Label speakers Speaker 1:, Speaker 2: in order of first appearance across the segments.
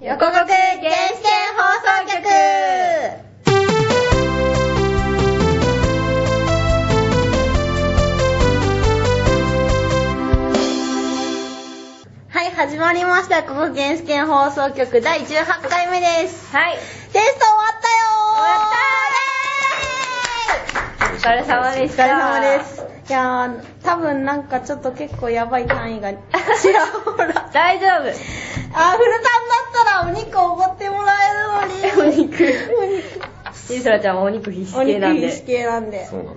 Speaker 1: 横国厳選放送局はい、始まりました。ここ原始圏放送局第18回目です。
Speaker 2: はい。
Speaker 1: テスト終わったよ
Speaker 2: お疲れ様でした。
Speaker 1: お疲れ様です。いやー、多分なんかちょっと結構やばい単位がちらほら。
Speaker 2: 大丈夫。
Speaker 1: あ、フルタンだったらお肉おごってもらえるのに。
Speaker 2: お肉ゆうそらちゃんはお肉必
Speaker 1: お
Speaker 2: 須系
Speaker 1: 肉
Speaker 2: なん
Speaker 1: 必死
Speaker 2: で。
Speaker 1: 系なんで。
Speaker 3: そうなんだ。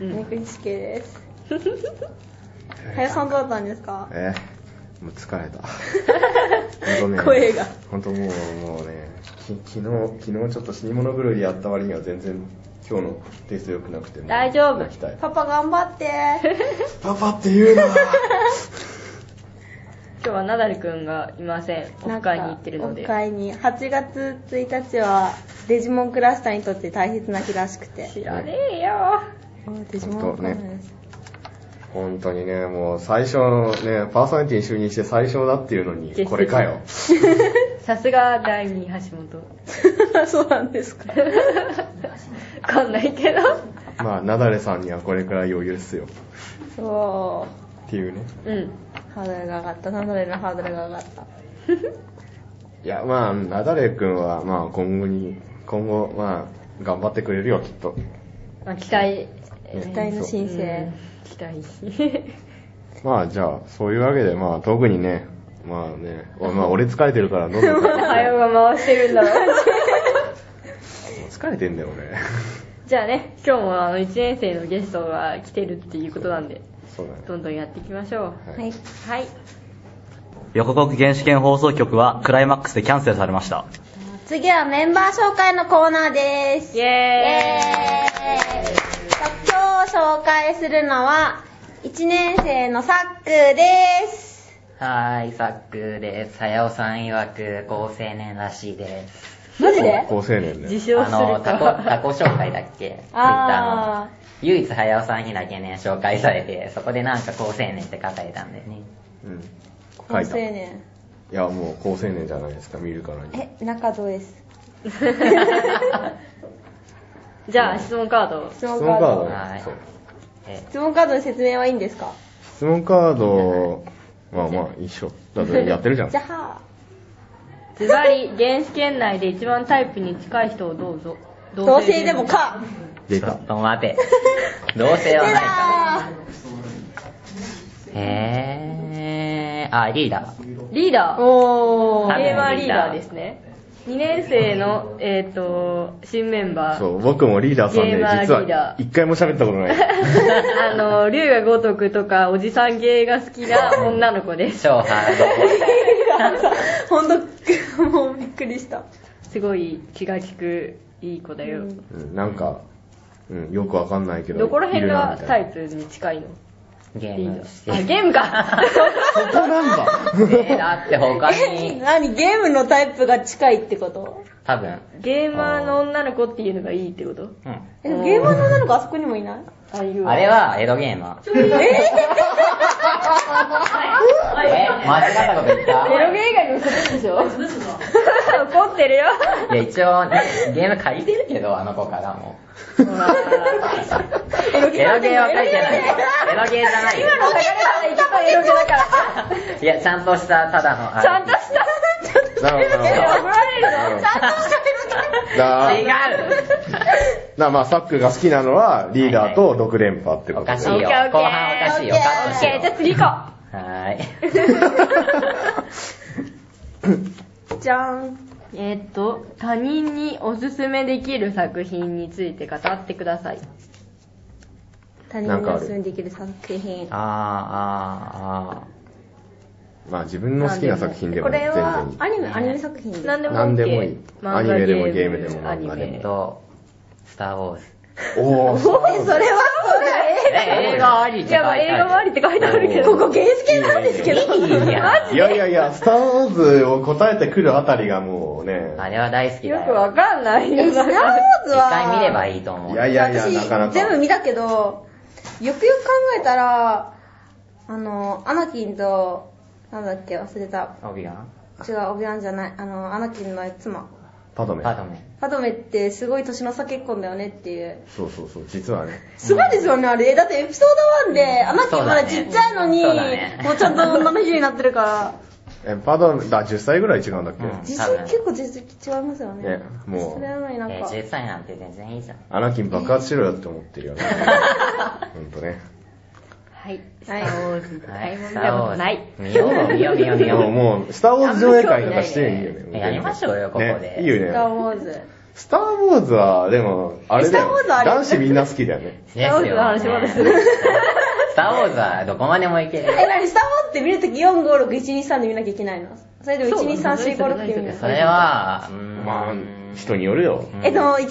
Speaker 2: う
Speaker 1: お
Speaker 2: ん。
Speaker 1: 肉必死系です。 はやさんどうだったんですか
Speaker 3: えーもう疲れた。ほんとね
Speaker 1: 声が。
Speaker 3: ほんともう、もうね、き昨日、昨日ちょっと死に物狂いやった割には全然今日のテスト良くなくてもう
Speaker 2: 大丈夫
Speaker 3: 泣きたい
Speaker 1: パパ頑 張って。
Speaker 3: パパって言う な
Speaker 2: 今日はナダルくんがいません。オフ会に行ってるので
Speaker 1: オフ。会に。8月1日はデジモンクラスターにとって大切な日らしくて。
Speaker 2: 知らねえよ。
Speaker 1: デジモンクラスターです。
Speaker 3: ほんとにね、もう最初ね、パーソナリティに就任して最初だっていうのに、
Speaker 2: 絶対
Speaker 3: これかよ。
Speaker 2: さすが第二橋本。
Speaker 1: そうなんで す か。
Speaker 2: わかんないけど。
Speaker 3: まあ、ナダレさんにはこれくらい余裕っすよ。
Speaker 1: そう。
Speaker 3: っていうね。
Speaker 2: うん。
Speaker 1: ハードルが上がった。ナダルのハードルが上がった。
Speaker 3: いや、まあ、ナダレ君は、まあ、今後に、今後、まあ、頑張ってくれるよ、きっと。
Speaker 2: まあ、期待。
Speaker 3: 期
Speaker 1: 期待の申請。
Speaker 2: うん。期 待。
Speaker 3: まあじゃあ、そういうわけで、まあ特にね、まあね、おまあ俺疲れてるからどんどん
Speaker 2: なんで早尾が回してるんだろう。
Speaker 3: 疲れてんだよ俺。
Speaker 2: じゃあね、今日もあの1年生のゲストが来てるっていうことなんで、
Speaker 3: そうだね。
Speaker 2: どんどんやっていきましょ
Speaker 3: は。
Speaker 1: はいい。
Speaker 2: う。はい。
Speaker 4: 横国原始圏放送局はクライマックスでキャンセルされました。
Speaker 1: 次はメンバー紹介のコーナーです。
Speaker 2: イェーイ
Speaker 1: イエーイ今日紹介するのは、1年生のサックーです。
Speaker 5: はーい、サックーです。はやおさん曰く、高青年らしいです。
Speaker 1: マジで
Speaker 3: 高青年
Speaker 2: 自
Speaker 3: ね。
Speaker 2: 称
Speaker 5: あ
Speaker 2: す
Speaker 5: の、
Speaker 2: る
Speaker 5: タコ、
Speaker 2: か。
Speaker 5: タコ紹介だっけツイッターの。
Speaker 1: あ
Speaker 5: 唯一はやおさん日だけね、紹介されて、そこでなんか高青年って書かれたんだよね。
Speaker 3: うん。
Speaker 1: ー、高
Speaker 3: 書
Speaker 1: 青
Speaker 3: いた。い
Speaker 1: 年。
Speaker 3: や、もう高青年じゃないですか、見るからに。
Speaker 1: え、中戸です。
Speaker 2: じゃあ、質問カード。
Speaker 1: 質
Speaker 3: 質
Speaker 1: 問
Speaker 3: 問
Speaker 1: カー
Speaker 3: カ
Speaker 1: ド。
Speaker 5: は
Speaker 3: ー
Speaker 5: い
Speaker 3: ドそう。
Speaker 5: え、
Speaker 1: 質問カードの説明はいいんですか
Speaker 3: 質問カード、まあまあ一緒。だってやってるじゃん
Speaker 1: じ。ゃあ、
Speaker 2: ズバリ、原始圏内で一番タイプに近い人をどうぞ。
Speaker 1: 同性でも。か。
Speaker 3: 出
Speaker 5: ちょ
Speaker 3: た
Speaker 5: っ。と 待て。同性はないか。へー、あ、リーダー。
Speaker 2: リーダー。
Speaker 1: おー。
Speaker 2: 令和リーダーですね。2年生の、えっ、と、新メンバー。
Speaker 3: そう、僕もリーダーさん
Speaker 2: ゲ
Speaker 3: ね
Speaker 2: ーマー、
Speaker 3: 実
Speaker 2: リーダ
Speaker 3: は
Speaker 2: ー
Speaker 3: 一回も喋ったことない。
Speaker 2: あの、龍が如くとか、おじさん芸が好きな女の子です。
Speaker 5: 超ハードボイル
Speaker 1: ほんと、もうびっくりした。
Speaker 2: すごい気が利く、いい子だよ。
Speaker 3: うんなんか、うん、よくわかんないけど。
Speaker 2: どこら辺がタ
Speaker 3: イ
Speaker 2: イプに近いの
Speaker 5: ゲ
Speaker 2: リ
Speaker 5: ー
Speaker 2: ー
Speaker 5: ム
Speaker 2: ダ
Speaker 5: し
Speaker 2: ー。あ、
Speaker 5: て。
Speaker 2: ゲームか
Speaker 3: プそこなんだ
Speaker 5: えーだって他
Speaker 1: え、
Speaker 5: に、
Speaker 1: 何ゲームのタイプが近いってこと
Speaker 5: 多分、
Speaker 2: ゲーマーの女の子っていうのがいいってこと
Speaker 5: うん。
Speaker 1: え、でもゲーマーの女の子あそこにもいない
Speaker 2: あ、いうわ
Speaker 5: あれは、エロゲーマー。
Speaker 1: え
Speaker 5: え間違ったこと言っ た
Speaker 2: エロゲー以外にもするでしょ 怒ってるよ。
Speaker 5: いや、一応ね、ゲーム借りてるけど、あの子からも。
Speaker 2: ほら
Speaker 5: エロゲーは借りてない。エロゲーじゃない。
Speaker 2: 今の流れから一番エロゲだから。
Speaker 5: いや、ちゃんとした、ただ の。
Speaker 2: ちゃんとした。
Speaker 3: なるほどな
Speaker 2: 怒
Speaker 3: るほど。
Speaker 2: られる
Speaker 3: なる
Speaker 2: の
Speaker 3: ほど
Speaker 2: ちゃんとした
Speaker 3: だー
Speaker 5: 違う
Speaker 3: なまあ、サックが好きなのは、リーダーと6連覇ってこ
Speaker 5: お
Speaker 3: とで。
Speaker 5: かしい
Speaker 2: オッ
Speaker 5: よ。
Speaker 2: ケ
Speaker 5: 後
Speaker 2: ーオッケー
Speaker 5: 半おかしいよ。
Speaker 1: オ
Speaker 5: カ
Speaker 1: ッケ
Speaker 2: オ
Speaker 1: ー
Speaker 5: ッ
Speaker 2: ッ
Speaker 5: ト
Speaker 2: ケ
Speaker 5: し
Speaker 2: ー、じゃあ
Speaker 5: よ
Speaker 2: 次行こ
Speaker 5: う。は
Speaker 1: じゃーん。
Speaker 2: う。えーっと、他人におすすめできる作品について語ってください。
Speaker 1: 他人におすすめできる作品
Speaker 5: ーい。。あー、あー、あ
Speaker 3: まあ、自分の好きな作品でも
Speaker 1: こ
Speaker 3: 全
Speaker 1: れ
Speaker 3: 然
Speaker 1: はい
Speaker 3: い。
Speaker 1: アニメ、アニメ作品です。
Speaker 2: 何でも OK。
Speaker 3: 何でもいい
Speaker 2: 漫画
Speaker 3: アニメでもゲームでも
Speaker 2: ア
Speaker 3: 漫
Speaker 2: ニ
Speaker 3: 画
Speaker 5: ー。え
Speaker 3: で
Speaker 5: っ
Speaker 2: メ。
Speaker 5: と、スターウォーズ。
Speaker 3: おー、そう
Speaker 1: え、それはそれ
Speaker 5: え映画あり
Speaker 2: いや、まあ映画もありって書いてあるけど。
Speaker 1: ここ原始系なんですけど。
Speaker 5: いいや
Speaker 3: いやいやいや、スターウォーズを答えてくるあたりがもうね、
Speaker 5: あれは大好きだ
Speaker 2: よ
Speaker 5: よ。
Speaker 2: くわかんないよ。
Speaker 1: え、スターウォーズ
Speaker 5: 一
Speaker 1: は。
Speaker 5: 回見ればいいと思う。
Speaker 3: いやいやいや、
Speaker 1: 私
Speaker 3: なかなか。
Speaker 1: 全部見たけど、よくよく考えたら、あの、アナキンと、なんだっけ、忘れた。
Speaker 5: オビガン
Speaker 1: 違う、オビワンじゃない。あの、アナキンの妻。
Speaker 3: パドメ。
Speaker 5: パドメ。
Speaker 1: パドメってすごい年の差結婚だよねっていう。
Speaker 3: そうそうそう、実はね。
Speaker 1: すごいですよね、あれ。だってエピソード1で、アナキンまだちっちゃいのに、
Speaker 5: そうだね
Speaker 1: もうちゃんと女の人になってるから。
Speaker 3: え、パドメ、だ、10歳ぐらい違うんだっけ、
Speaker 5: うん
Speaker 1: 実際結構実績違いますよね。
Speaker 3: ねもう
Speaker 1: それなのになんか。
Speaker 5: えー、10歳なんて全然いいじゃん。
Speaker 3: アナキン爆発しろよって思ってるよね。ほんとね。
Speaker 2: はい。スタ
Speaker 1: はい
Speaker 2: ーウォーズ、
Speaker 5: はい
Speaker 2: 買い物見たことない。
Speaker 5: 見よう、見よう、見よう、見
Speaker 3: で
Speaker 5: よ
Speaker 3: も
Speaker 5: う。
Speaker 3: もう、スターウォーズ上映会とかしていいよね。
Speaker 5: やりましょうよここで
Speaker 3: ねいいよ
Speaker 1: スター
Speaker 3: ね。
Speaker 1: ウォーズ。
Speaker 3: スターウォーズは、でも、あれだよ
Speaker 1: スターウォーズはあ。れ
Speaker 3: 男子みんな好きだよね。
Speaker 5: ですよ、ね。
Speaker 2: スターウォーズの話もです
Speaker 5: スターウォーズはどこまでもいける。
Speaker 1: え、なにスターウォーズって見るとき4、5、6、1、2、3で見なきゃいけないのそれでも1、2、3、4、5、6って見る
Speaker 2: そう
Speaker 5: それは、うーん
Speaker 3: まあ、人によるよ。
Speaker 1: え、でも、1、2、3、4、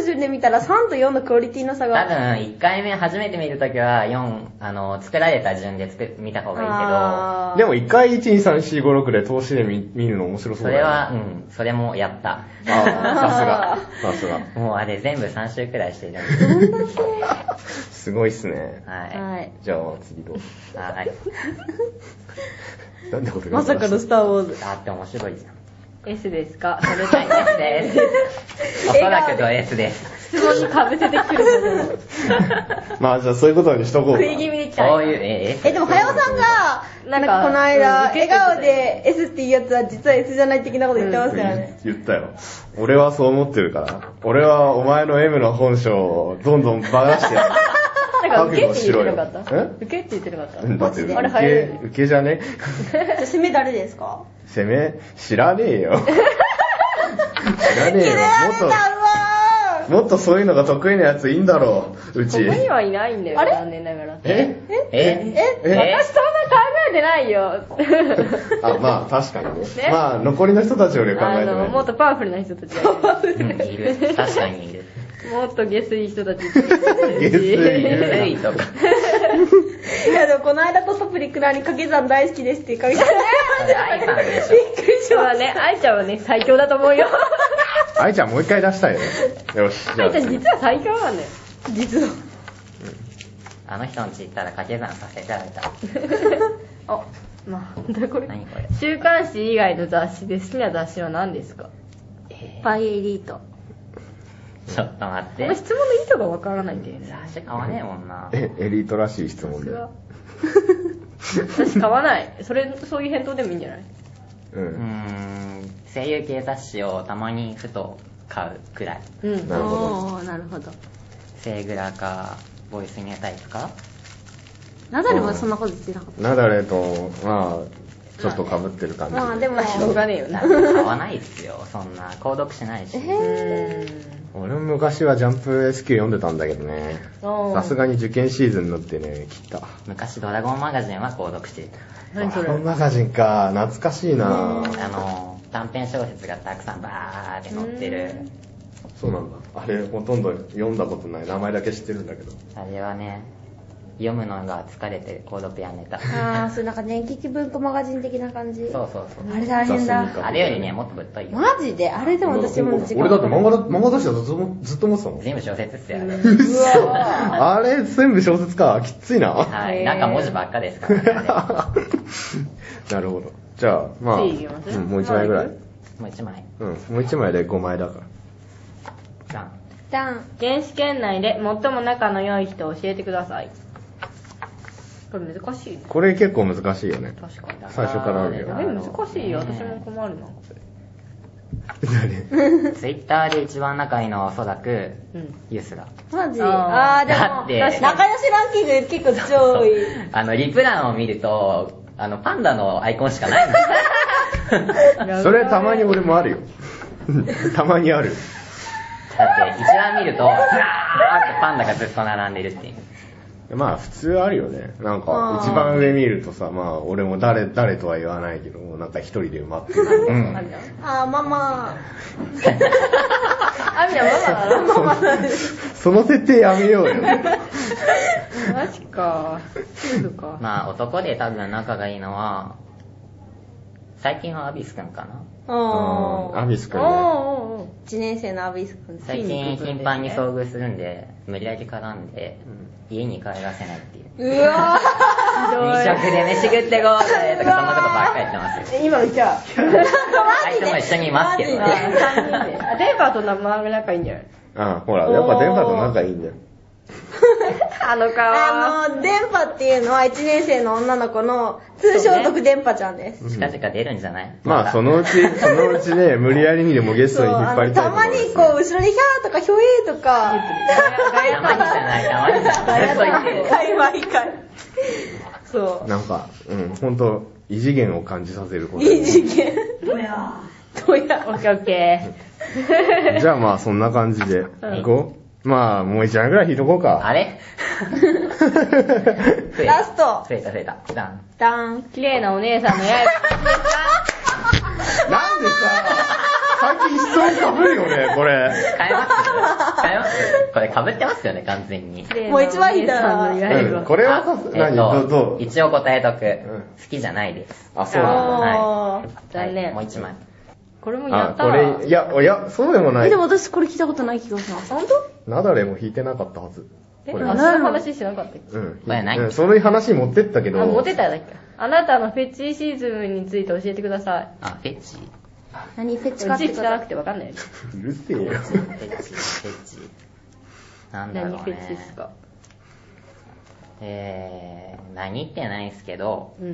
Speaker 1: 5、6、10で見たら3と4のクオリティの差
Speaker 5: 多
Speaker 1: が。
Speaker 5: 分、1回目初めて見るときは、4、あの、作られた順で作っ見た方がいいけ
Speaker 1: あー
Speaker 3: でも一回、1、2、3、4、5、6で投資で見見るの面白
Speaker 5: ど、
Speaker 3: そう
Speaker 5: そ
Speaker 3: だ
Speaker 5: れ
Speaker 3: よね。
Speaker 5: は、うん、それもやった。
Speaker 3: あ ーさすが。さすが。
Speaker 5: もうあれ全部3週くらい してるんです。
Speaker 3: すごいっすね。
Speaker 5: は
Speaker 1: はい。
Speaker 3: じゃあ、次どうぞ
Speaker 5: い。はい。
Speaker 3: なんで俺が
Speaker 1: まさかのスターウォーズ。
Speaker 5: だって面白いじゃん。
Speaker 2: S ですかそれとも
Speaker 5: はい、S です。おそらくド S です。
Speaker 2: 質問にかぶせてくるの
Speaker 3: まあ、じゃあそういうことにしとこうか。
Speaker 2: 食い気味できた。
Speaker 5: そういう、え、S
Speaker 1: え、でも、はやおさんが、
Speaker 2: な
Speaker 1: なんん
Speaker 2: か
Speaker 1: かこの間、
Speaker 2: うん受けて
Speaker 1: 笑
Speaker 2: た
Speaker 1: 顔で S っていうやつは実は S じゃない的なこと言ってましたよね。
Speaker 3: 言ったよ。俺はそう思ってるから。俺はお前の M の本性をどんどんばら してやる。
Speaker 2: なんか、受けって言ってなかっ
Speaker 3: え
Speaker 2: た受けって言ってなかった
Speaker 3: だって、
Speaker 2: あれ早い
Speaker 3: 受け、受けじゃね
Speaker 1: じゃあ、攻め誰ですか
Speaker 3: 攻め、知らねえ よ。知らねえ
Speaker 1: 切
Speaker 3: よ
Speaker 1: れられた。う
Speaker 3: も
Speaker 1: わ
Speaker 3: っと、もっとそういうのが得意なやついいんだろう、
Speaker 2: ここ
Speaker 3: うち。
Speaker 2: にはいないんだよ、
Speaker 1: あれ
Speaker 2: 残念ながら。
Speaker 3: え
Speaker 5: え、
Speaker 1: え
Speaker 3: え
Speaker 2: 私そんな考えてないよ。
Speaker 3: あ、まあ、確かにね。
Speaker 2: ね
Speaker 3: まあ、残りの人たちより考
Speaker 2: あ
Speaker 3: えて
Speaker 2: の、も
Speaker 3: な
Speaker 2: っ
Speaker 3: い。
Speaker 2: とパワフルな人たちだよ。
Speaker 5: うんいる。確かにい る。
Speaker 2: もっとゲスい人たち。
Speaker 3: ゲスい
Speaker 5: 古いとか。
Speaker 1: いや、でも、この間こそプリクラに掛け算大好きですって掛け算。
Speaker 5: それ愛さんでし
Speaker 1: びっくりし
Speaker 2: 今日
Speaker 1: ま
Speaker 2: は
Speaker 1: し
Speaker 2: ね、愛ちゃんはね、最強だと思うよ。
Speaker 3: 愛ちゃんもう一回出したいよね。 よし、じゃ
Speaker 2: 愛
Speaker 3: あ
Speaker 2: ちゃん実は最強なんだよ。
Speaker 1: た。実は。
Speaker 5: ょ。あの人の家行ったら掛け算させられた。
Speaker 2: あ、まあ、なんだこれ。
Speaker 5: 何これ。
Speaker 2: 週刊誌以外の雑誌で好きな雑誌は何ですかパイエリート。
Speaker 5: ちょっと待っ
Speaker 2: この
Speaker 5: て。
Speaker 2: 質問の意図がわからないんだよね。
Speaker 5: 雑誌買わねえもんな。
Speaker 3: え、エリートらしい質問
Speaker 2: 私
Speaker 3: で。
Speaker 2: は私買わない。それ、そういう返答でもいいんじゃないう
Speaker 5: うー
Speaker 3: ん。
Speaker 5: ん、声優系雑誌をたまにふと買うくらい。
Speaker 2: うん。
Speaker 3: なるほど
Speaker 2: おーなるほど。
Speaker 5: セイグラか、ボイスニュータイ プか。
Speaker 1: ナ
Speaker 3: ダルもそん
Speaker 1: なこと言ってなかっ
Speaker 3: ナダレと、まあ、ちょっと被ってる感じ。
Speaker 1: まあ、で も、
Speaker 2: しょうがねえよ
Speaker 5: だ
Speaker 2: な。
Speaker 5: って買わないっすよ。そんな、購読しないし。
Speaker 3: 俺も昔はジャンプ SQ 読んでたんだけどね。
Speaker 2: おー
Speaker 3: さすがに受験シーズンになってね、切った。
Speaker 5: 昔ドラゴンマガジンは購読してた。
Speaker 2: 何それ
Speaker 3: ドラゴンマガジンか、懐かしいな
Speaker 5: あの、短編小説がたくさんバーって載ってる。
Speaker 3: そうなんだ。あれ、ほとんど読んだことない。名前だけ知ってるんだけど。
Speaker 5: あれはね、読むのが疲れて購読やめた。
Speaker 1: あー、そう、なんか電気文庫マガジン的な感じ。
Speaker 5: そうそうそう。
Speaker 1: あれ大変
Speaker 3: 雑誌に
Speaker 1: だ。
Speaker 5: あれよりね、もっとぶっといよ。
Speaker 1: マジであれでも私も違う。
Speaker 3: 俺だって漫画だ、漫画出したらずっとずっと思ってたもん。
Speaker 5: 全部小説っすよ、あれ。
Speaker 1: うわ
Speaker 3: あれ、全部小説か。きついな。
Speaker 5: は
Speaker 2: へ
Speaker 5: い。
Speaker 2: ー
Speaker 5: なんか文字ばっかですからねあ
Speaker 3: なるほど。じゃあ、まあ、
Speaker 2: 次いきます
Speaker 3: うんもう一枚ぐらい。
Speaker 5: れ。もう一枚。
Speaker 3: うん、もう一枚で5枚だから。
Speaker 5: ガン。
Speaker 1: ダン。
Speaker 2: 原始圏内で最も仲の良い人を教えてください。これ難しいね。
Speaker 3: これ結構難しいよね。
Speaker 2: 確かに。
Speaker 3: 最初からある
Speaker 2: え、
Speaker 3: よ。
Speaker 2: 難しいよ。私も困るな。
Speaker 3: 誰
Speaker 5: ツイッターで一番仲いいのはおそらく、
Speaker 2: うん。
Speaker 5: ユースだ。
Speaker 1: マジあ
Speaker 2: あ
Speaker 1: ー、でも、
Speaker 5: だっ て
Speaker 1: 仲良しランキング結構上位。
Speaker 5: あの、リプランを見ると、あの、パンダのアイコンしかないんですよ
Speaker 3: それたまに俺もあるよ。 たまにある。
Speaker 5: だって、一覧見ると、ずらーってパンダがずっと並んでるっていう。
Speaker 3: まあ普通あるよね。なん
Speaker 1: あ
Speaker 3: か
Speaker 1: ー
Speaker 3: 一番上見るとさ、まあ俺も誰、誰とは言わないけど、もうなんか一人で埋まって る。うん。
Speaker 1: あー、ママ。
Speaker 2: あ、みんなママだな。
Speaker 3: その設定やめようよ。
Speaker 2: マジか。そうか。
Speaker 5: まあ、男で多分仲がいいのは、最近はアビスくんかな
Speaker 1: お
Speaker 3: うんアビスくんね
Speaker 1: おーおーおー1年生のアビスくんです。
Speaker 5: 最
Speaker 2: 筋
Speaker 5: 近
Speaker 2: 肉くんですね
Speaker 5: 頻繁に遭遇するんで、無理やり絡んで、家に帰らせないってい
Speaker 1: う
Speaker 5: う。
Speaker 1: わ
Speaker 5: 二食で飯食ってこうぜとかそんなことばっかやってますよ。
Speaker 2: え、今うち は。
Speaker 5: 相手も一緒にいますけど
Speaker 1: マジで
Speaker 5: ね。
Speaker 2: 3人で。あ、デンバーと生仲いいんじゃない
Speaker 3: あほら、やっぱ電波と仲いいんだよ。
Speaker 2: あの顔は。
Speaker 1: あもう、電波っていうのは1年生の女の子の通称徳電波ちゃんです。
Speaker 5: 近々出るんじゃない
Speaker 3: まあ、そのうち、そのうちね、無理やりにでもゲスト
Speaker 1: そう
Speaker 3: に引っ
Speaker 1: あ
Speaker 3: 張
Speaker 1: の
Speaker 3: りた
Speaker 1: た
Speaker 3: いと思
Speaker 1: ま
Speaker 3: います
Speaker 1: にこう、後ろにヒャーとかひょえーとか、
Speaker 5: たまにじゃない、たまにじゃない。ずっと言ってる。
Speaker 1: 毎回毎回。そ
Speaker 3: なんか、うん、ほんと、異次元を感じさせるこ
Speaker 1: う。
Speaker 3: と。
Speaker 1: いい次元。どや。どや。
Speaker 2: オッケーオッケ
Speaker 3: じゃあまあ、そんな感じで、行こう。まあ、もう一枚ぐらい引いとこう
Speaker 5: あ
Speaker 3: か。
Speaker 5: れ増え
Speaker 1: ラ
Speaker 5: た
Speaker 1: スト。
Speaker 5: 増えた増えた。ダン。
Speaker 1: ダン。
Speaker 2: ー。綺麗なお姉さんのや
Speaker 3: なんでさ、最近質問かぶるよね、これ。
Speaker 5: 変えます変えますこれ被ってますよね、完全に。
Speaker 2: つ。
Speaker 1: もう一枚引いたら
Speaker 2: 綺麗なお姉さんのやる
Speaker 3: うん、
Speaker 2: わ
Speaker 3: これはさ、
Speaker 5: えっ
Speaker 3: 何どうど
Speaker 5: と、
Speaker 3: う
Speaker 5: 一応答えと
Speaker 3: うん
Speaker 5: く。好きじゃないです。
Speaker 3: あ、そうなんだ。
Speaker 5: は
Speaker 1: おー
Speaker 2: 残
Speaker 5: はい
Speaker 2: 念
Speaker 5: もう。一枚。
Speaker 2: これもや
Speaker 3: あ
Speaker 2: っ、た
Speaker 3: こ
Speaker 2: わ。
Speaker 3: れ、いや、いや、そうでもな
Speaker 1: え
Speaker 3: い
Speaker 1: で。も私これ聞いたことない気がします。本当
Speaker 3: なだれも引いてなかったはず。
Speaker 2: え、
Speaker 3: これ
Speaker 2: あの話しなかったっけ
Speaker 3: うん。
Speaker 5: これない
Speaker 3: うんその話持ってったけど。
Speaker 2: あ、モテただっけあなたのフェチシズムについて教えてください。
Speaker 5: あ、フェチ
Speaker 1: 何フェチか
Speaker 2: う
Speaker 1: っ
Speaker 2: ち
Speaker 1: て
Speaker 2: 汚
Speaker 1: こと
Speaker 2: くてわかんないよ。
Speaker 3: うるせえ よ。
Speaker 5: フェチ、フェチ。なんだろう
Speaker 2: 何
Speaker 5: ね。
Speaker 2: フェチですか
Speaker 5: えー、何ってないですけど、
Speaker 2: うん。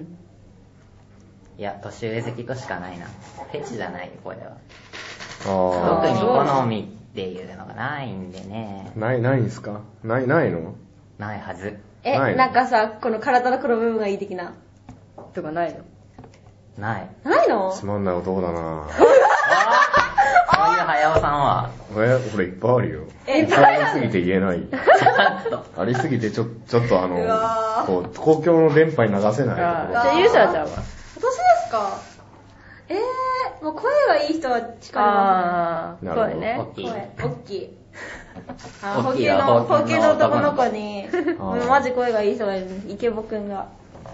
Speaker 5: いや、年上好きとしかないな。フェチじゃないよ、これは。
Speaker 3: あ
Speaker 5: 特に好みっていうのがないんでね
Speaker 3: ー。。ない、ないんすかない、ないの
Speaker 5: ないはず。
Speaker 1: え、
Speaker 3: ない
Speaker 1: なんかさ、この体のこの部分がいい的な。
Speaker 2: とかないの
Speaker 5: ない。
Speaker 1: ないの
Speaker 3: つまんない男だな
Speaker 5: そういう早尾さんは、
Speaker 3: え、俺いっぱいあるよ。
Speaker 1: え
Speaker 3: いっぱいありすぎて言えない。
Speaker 5: ちょっと
Speaker 3: ありすぎて、ちょ、ちょっとあ
Speaker 1: うわ
Speaker 3: の、こう、公共の電波に流
Speaker 2: じ
Speaker 3: せ
Speaker 2: ゃ
Speaker 3: ない。
Speaker 2: あ、ゆうさちゃんは
Speaker 1: 私ですかえー、もう声がいい人は力
Speaker 2: あー、
Speaker 3: な
Speaker 2: そう
Speaker 3: るほど
Speaker 2: だね
Speaker 5: 大。きい。
Speaker 1: 声、大きい。あ、
Speaker 5: 大
Speaker 1: ほ
Speaker 5: きい
Speaker 1: け
Speaker 5: よ
Speaker 1: の、ほ
Speaker 5: ほ
Speaker 1: け
Speaker 5: け
Speaker 1: の
Speaker 5: の
Speaker 1: 男の
Speaker 5: 男の
Speaker 1: 子
Speaker 5: 子
Speaker 1: に、
Speaker 3: あー
Speaker 1: うんマジ声がいい人がいる。イケボくんが。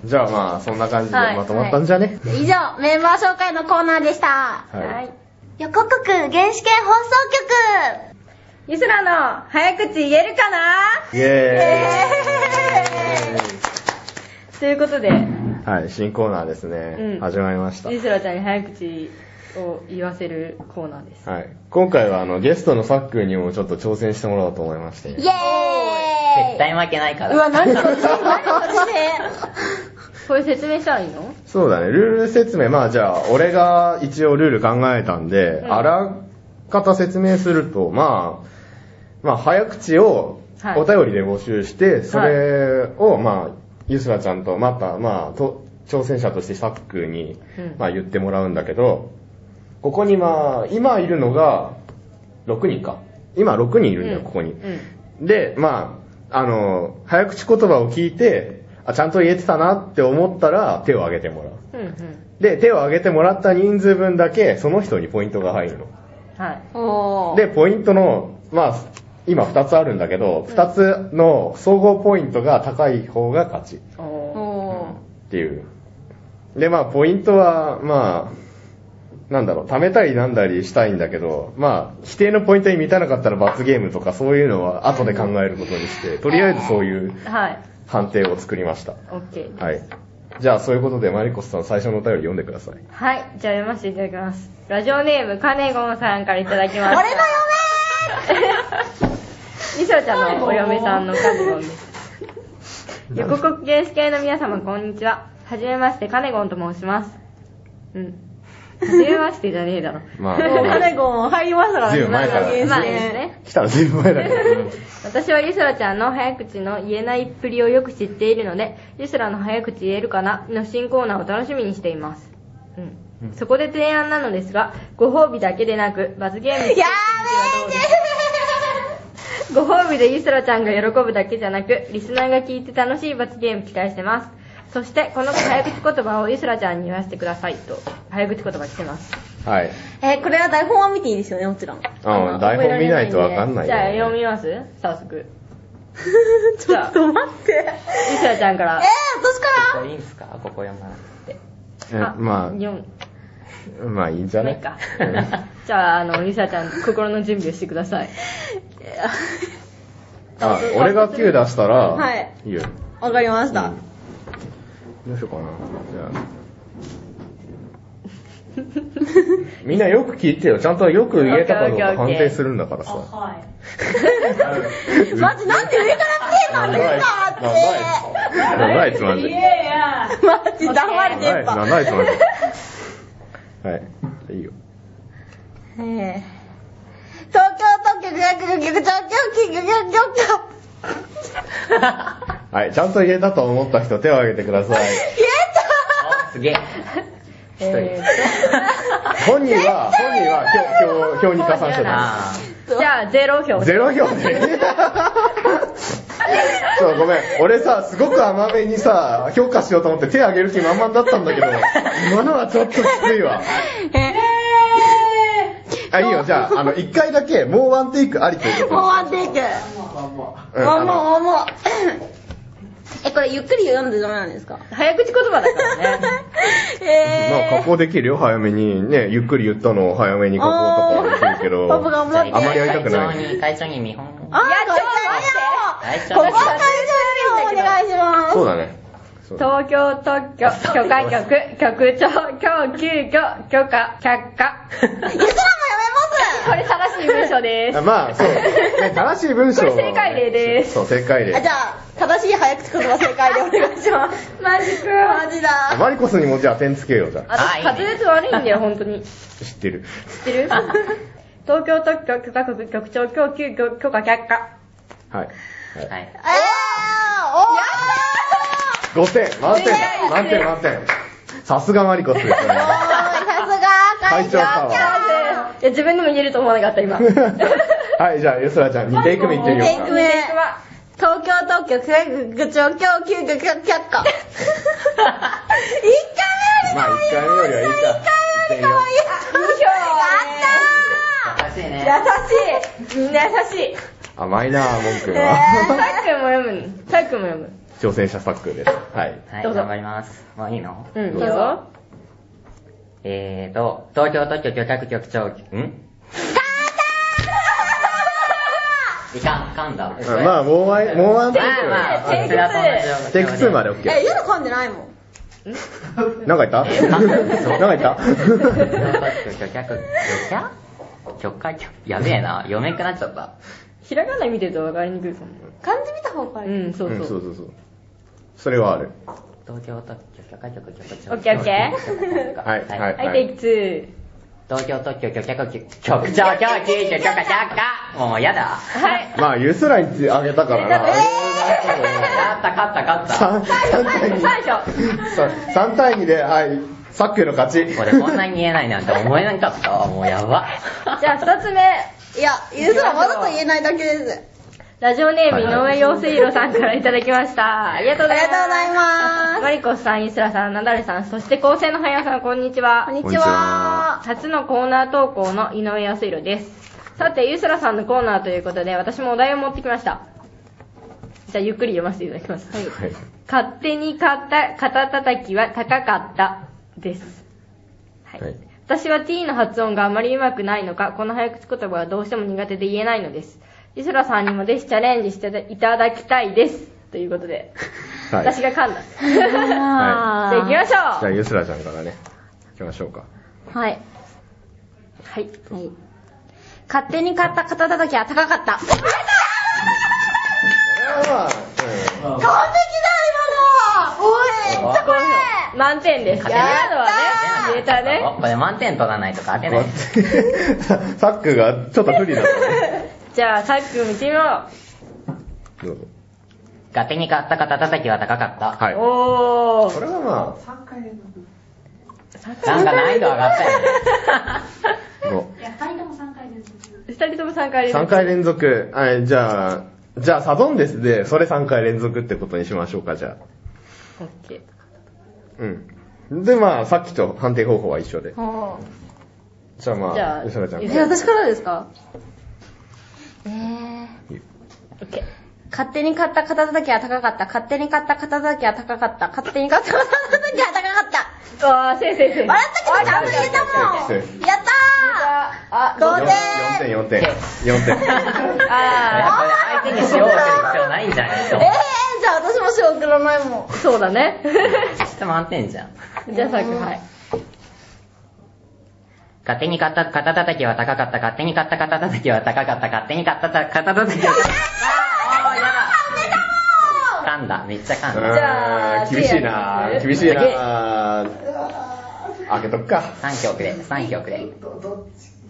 Speaker 3: じゃあまあ、そんな感じで
Speaker 2: はい
Speaker 3: まとまったんじゃね
Speaker 1: 以上、メンバー紹介のコーナーでした。
Speaker 3: はい。。
Speaker 1: 横国原始圏放送局
Speaker 2: ゆすらの、早口言えるかな
Speaker 3: イエ
Speaker 2: ということで、
Speaker 3: ーイはい、新コーナーですね。
Speaker 2: うん
Speaker 3: 始まりました。
Speaker 2: ゆすらちゃんに早口を言わせるコーナーです。
Speaker 3: はい。今回はあの、ゲストのさっくんにもちょっと挑戦してもらおうと思いまして。
Speaker 1: イエーイ
Speaker 5: 絶対負けないから。
Speaker 1: うわ、何それ何それ
Speaker 2: これ説明したらいいの
Speaker 3: そうだね、ルール説明、まあじゃあ、俺が一応ルール考えたんで、
Speaker 2: うん
Speaker 3: あらかた説明すると、まあ、まあ、早口を
Speaker 2: はい
Speaker 3: お便りで募集して、それを、まあ、ゆすらちゃんと、また、まあ、と挑戦者としてサックに、
Speaker 2: うん
Speaker 3: まあ、言ってもらうんだけど、ここにまあ、今いるのが、6人か。今6人いるんだよ、
Speaker 2: うん
Speaker 3: ここに。
Speaker 2: うん。
Speaker 3: で、まあ、あの、早口言葉を聞いて、あ、ちゃんと言えてたなって思ったら、手を挙げてもらう。
Speaker 2: うんうん。
Speaker 3: で、手を挙げてもらった人数分だけ、その人にポイントが入るの。
Speaker 2: はい。
Speaker 1: おー。
Speaker 3: で、ポイントの、まあ、今2つあるんだけど、2つの総合ポイントが高い方が勝ちっ
Speaker 2: おー
Speaker 1: おー。
Speaker 3: ていう。で、まあ、ポイントは、まあ、なんだろう、貯めたりなんだりしたいんだけど、まあ、規定のポイントに満たなかったら罰ゲームとかそういうのは後で考えることにして、とりあえずそういう
Speaker 2: はい。
Speaker 3: 判定を作りました。
Speaker 2: オッケー。
Speaker 3: はい。じゃあ、そういうことで、マリコスさん最初のお便り読んでください。
Speaker 2: はい、じゃあ読ませていただきます。ラジオネーム、カネゴンさんからいただきました。
Speaker 1: 俺の
Speaker 2: みそちゃんのお嫁さんのカネゴンです。横国原始系の皆様、こんにちは。はじめまして、カネゴンと申します。うん。はじめましてじゃねえだろ。
Speaker 3: まあ、
Speaker 1: 嫁
Speaker 3: ま
Speaker 1: カ
Speaker 3: あ
Speaker 1: ネゴン入りますから
Speaker 3: ずいぶん前から
Speaker 1: 原始圏
Speaker 2: まあいいですね。
Speaker 3: 来たら全部前だけど。
Speaker 2: 私はゆすらちゃんの早口の言えないっぷりをよく知っているので、ゆすらの早口言えるかなの新コーナーを楽しみにしています。うん。そこで提案なのですが、ご褒美だけでなく、罰ゲームについて
Speaker 1: や
Speaker 2: どうですかご褒美でゆすらちゃんが喜ぶだけじゃなく、リスナーが聞いて楽しい罰ゲーム期待してます。そして、この早口言葉をゆすらちゃんに言わせてくださいと、早口言葉来てます。
Speaker 3: はい。
Speaker 1: べえ、これは台本は見ていいですよね、もちろん。
Speaker 3: うん、台本見ないとわかんない
Speaker 2: じ
Speaker 3: よ
Speaker 2: ゃあ
Speaker 3: ね、
Speaker 2: 読みます早速。
Speaker 1: ちょっと待って。えー、
Speaker 2: ゆすらちゃんから。
Speaker 1: 私から
Speaker 5: ここいいんすかここ読まなくて。
Speaker 3: えまあ、
Speaker 2: 読む
Speaker 3: まあいいんじゃ
Speaker 2: まあ
Speaker 3: ない
Speaker 2: いか。 じゃあ、あの、リサちゃん、心の準備をしてください。
Speaker 3: あ、俺が9出したら、
Speaker 1: はい
Speaker 3: いいよ。
Speaker 1: わかりました。
Speaker 3: どうしようかな。じゃあ。みんなよく聞いてよ。ちゃんとよく言えたかどうか判定するんだからさ。
Speaker 1: マジなんで上から来てんの上からって。
Speaker 3: 長いつまんで。
Speaker 1: マジ黙れ
Speaker 3: 長
Speaker 1: 電
Speaker 3: い、
Speaker 1: 波。
Speaker 3: 長いつまんで。はい。じゃあいいよ。
Speaker 1: えー東京特許局局局長局局局長
Speaker 3: はい、ちゃんと言えたと思った人手を挙げてください。
Speaker 5: おすげえ。一人。
Speaker 3: 本人は、本人は票、票、票に加算してた。
Speaker 5: あ
Speaker 2: じゃあ、ゼロ票。
Speaker 3: ゼロ票で。 そう、ごめん。俺さ、すごく甘めにさ、評価しようと思って手挙げる気満々だったん だけど、今のはちょっときついわ。あ、いいよ、じゃあ、あの、一回だけ、もうワンテイクありということで
Speaker 1: もうワンテイク。
Speaker 3: うん
Speaker 1: もう
Speaker 3: あの
Speaker 1: もうもう。え、これゆっくり読んでダメなんですか
Speaker 2: 早口言葉だからね。
Speaker 1: え
Speaker 3: まあ、加工できるよ、早めに。ね、ゆっくり言ったのを早めに加工とかできるけど、
Speaker 1: あーパパ頑張って
Speaker 3: あまりやりたくな
Speaker 5: 会長
Speaker 3: い。
Speaker 5: に、会長に見本。
Speaker 1: あ、やっ
Speaker 5: 大
Speaker 1: ち
Speaker 5: 丈
Speaker 1: ゃう
Speaker 5: 夫
Speaker 1: よここは会場にお願いします。
Speaker 3: そうだね。そうだ
Speaker 2: 東京特許許可局局長今日急遽許可却下。
Speaker 1: ゆずらもや
Speaker 2: これ正しい文章です
Speaker 3: あ。まあ、そう。ね、正しい文章は
Speaker 2: これ正解例です
Speaker 3: そう、正解
Speaker 1: めます。あ、
Speaker 3: 例
Speaker 1: じ。ゃあ、正しい早口言葉正解でお願いします。
Speaker 2: マジく
Speaker 1: マジだ。
Speaker 3: マリコスにもじゃあ点つけよう、じゃ
Speaker 2: 私、
Speaker 5: あ
Speaker 2: 滑
Speaker 5: いいね
Speaker 2: 舌悪いんだよ、本当に。
Speaker 3: あ。知ってる。
Speaker 2: 知ってる東京特許許可局局長今日急遽許可却下。
Speaker 3: はい。
Speaker 5: はい。
Speaker 1: えー、お
Speaker 3: 5点、満点、満点、満点。さすがマリコスですね。
Speaker 1: ーおーいさすが会長
Speaker 3: 会長さ
Speaker 1: さ
Speaker 2: いや自分でも言えると思わなかった、 今。
Speaker 3: はい、じゃあ、ゆすらちゃん、2テイク目いってみよ
Speaker 1: 二テイ
Speaker 3: う
Speaker 1: ク
Speaker 3: か。
Speaker 1: 目
Speaker 2: は
Speaker 1: 東京特許区局長今日急遽却下。一回目より
Speaker 3: まあ、1回目よりはいいか。一回目より
Speaker 1: 可愛い。やっ
Speaker 5: 優
Speaker 2: 優しい
Speaker 5: しいね。
Speaker 2: みんな優しい
Speaker 3: 甘いなぁ、文句
Speaker 2: さっ
Speaker 3: が。
Speaker 2: くんも読むのさっくんも読む
Speaker 3: 挑戦者サックです。はい。
Speaker 5: はい、
Speaker 2: どうぞ
Speaker 5: 頑張ります。もういいの
Speaker 2: うん、どうぞ
Speaker 5: えーと、東京特許許可局長、んいかん、かんだ。
Speaker 3: うんまあ、もうワン、もうワンテイク。
Speaker 5: まあまあ、
Speaker 2: テイクツー
Speaker 5: ー
Speaker 3: テイク2まで
Speaker 1: たーえ、
Speaker 3: OK。
Speaker 1: ゆず噛んでないもん。
Speaker 3: なんか言った なんか言っ
Speaker 5: 東京特許許可局、許可許可許やべえな、読めんくなっちゃった。
Speaker 2: ひらがな見てると分かりにくいかも
Speaker 1: 漢字見た方がいい。
Speaker 2: うん、そう
Speaker 3: うん
Speaker 2: そ
Speaker 3: そう
Speaker 2: う
Speaker 3: そうそう。それはある。
Speaker 5: 東京特許許可局局長。
Speaker 2: オッケーオッケー
Speaker 3: はいはい
Speaker 2: はい、テイク2
Speaker 5: 東京特許許可局長、局長、局長、局長、もうやだ。
Speaker 2: はい
Speaker 3: まあ、ゆすらにあげたからな。
Speaker 5: 勝った、勝った、勝った。
Speaker 3: 3対2。
Speaker 2: 最初
Speaker 3: 3対2で、はい、サックの勝ち。
Speaker 5: 俺こんなに言えないなんて思えなかったわ。もうやば。
Speaker 2: じゃあ2つ目
Speaker 1: いや、ゆずらわざと言えないだけです。
Speaker 2: ラジオネーム井上陽水郎さんからいただきました。ありがとうございます。
Speaker 1: ありがとうございます
Speaker 2: マリコスさん、イスラさん、ナダルさん、そして構成の早さん、こんにちは。
Speaker 1: こんに
Speaker 3: こん
Speaker 1: ち
Speaker 3: にち
Speaker 1: は
Speaker 3: は。
Speaker 2: 初のコーナー投稿の井上陽水郎です。さて、イスラさんのコーナーということで、私もお題を持ってきました。じゃあ、ゆっくり読ませていただきます。
Speaker 3: はい
Speaker 2: 勝手に買った肩たたきは高かったです。はい。
Speaker 3: はい
Speaker 2: 私は t の発音があまり上手くないのか、この早口言葉はどうしても苦手で言えないのです。イスラさんにもぜひチャレンジしていただきたいです。ということで、
Speaker 3: はい。
Speaker 2: 私
Speaker 3: じ
Speaker 2: が噛ん だ。
Speaker 1: あ
Speaker 2: じゃあ行きまし
Speaker 3: ゃ
Speaker 2: ょ
Speaker 3: あ、ゆすらちゃんからね、行きましょうか。
Speaker 2: うはい。はい。
Speaker 1: はい。勝手に買った肩叩きは高かった。完璧だ、
Speaker 3: これはま
Speaker 1: 今
Speaker 3: あ、
Speaker 1: のおい、ちょこれ
Speaker 2: 満点です。
Speaker 5: やっ
Speaker 2: カ
Speaker 5: た
Speaker 2: レーなどはね、入れたね。
Speaker 5: これ満点取らないと勝てない。
Speaker 3: うんサックがちょっと不利だったね。
Speaker 2: じゃあ、さっき見てみよう。
Speaker 3: どうぞ。
Speaker 5: 勝手に買った肩叩きは高かった。
Speaker 3: はい。こ
Speaker 2: お ー。
Speaker 3: れはまあ、
Speaker 5: なんか難易度上がったよね。
Speaker 3: 5。
Speaker 2: 二人とも3回です。
Speaker 3: 3回連続。はい、じゃあ、じゃあサドンデスで、それ3回連続ってことにしましょうか、じゃあ。
Speaker 2: オッケー。
Speaker 3: うん。で、まあ、さっきと判定方法は一緒で。
Speaker 1: は
Speaker 3: じゃあま
Speaker 2: じゃあ
Speaker 3: あ、吉村ちゃん
Speaker 2: ゆ
Speaker 1: ぁ。
Speaker 2: す
Speaker 1: え、
Speaker 3: から。
Speaker 1: 私からですかえー。
Speaker 2: オッケー。
Speaker 1: 勝手に買った肩叩きは高かった。勝手に買った肩叩きは高かった。勝手に買った肩叩きは高かった。
Speaker 2: あー、先生、先生。
Speaker 1: 笑ったけどちゃんと言えたもん。やった
Speaker 2: あ、
Speaker 1: ー同点
Speaker 3: 4点、4点。4点。
Speaker 2: あ
Speaker 5: 相手に塩をする必要ないんじゃない
Speaker 1: えー、じゃあ私もし送らないもん。
Speaker 2: ー、そうだね。
Speaker 5: 質問合ってんじゃん。
Speaker 2: じゃあ、さっき、はい。
Speaker 5: 勝手に買った肩叩きは高かった、勝手に買った肩叩きは高かった、勝手に買った肩叩きは高かった。あー、やばい。噛んだ、めっちゃ噛んだ。
Speaker 2: じゃあ
Speaker 3: うーん厳しいな
Speaker 2: 手や
Speaker 3: 厳しいな開けとくか。
Speaker 5: 3曲で、3曲で。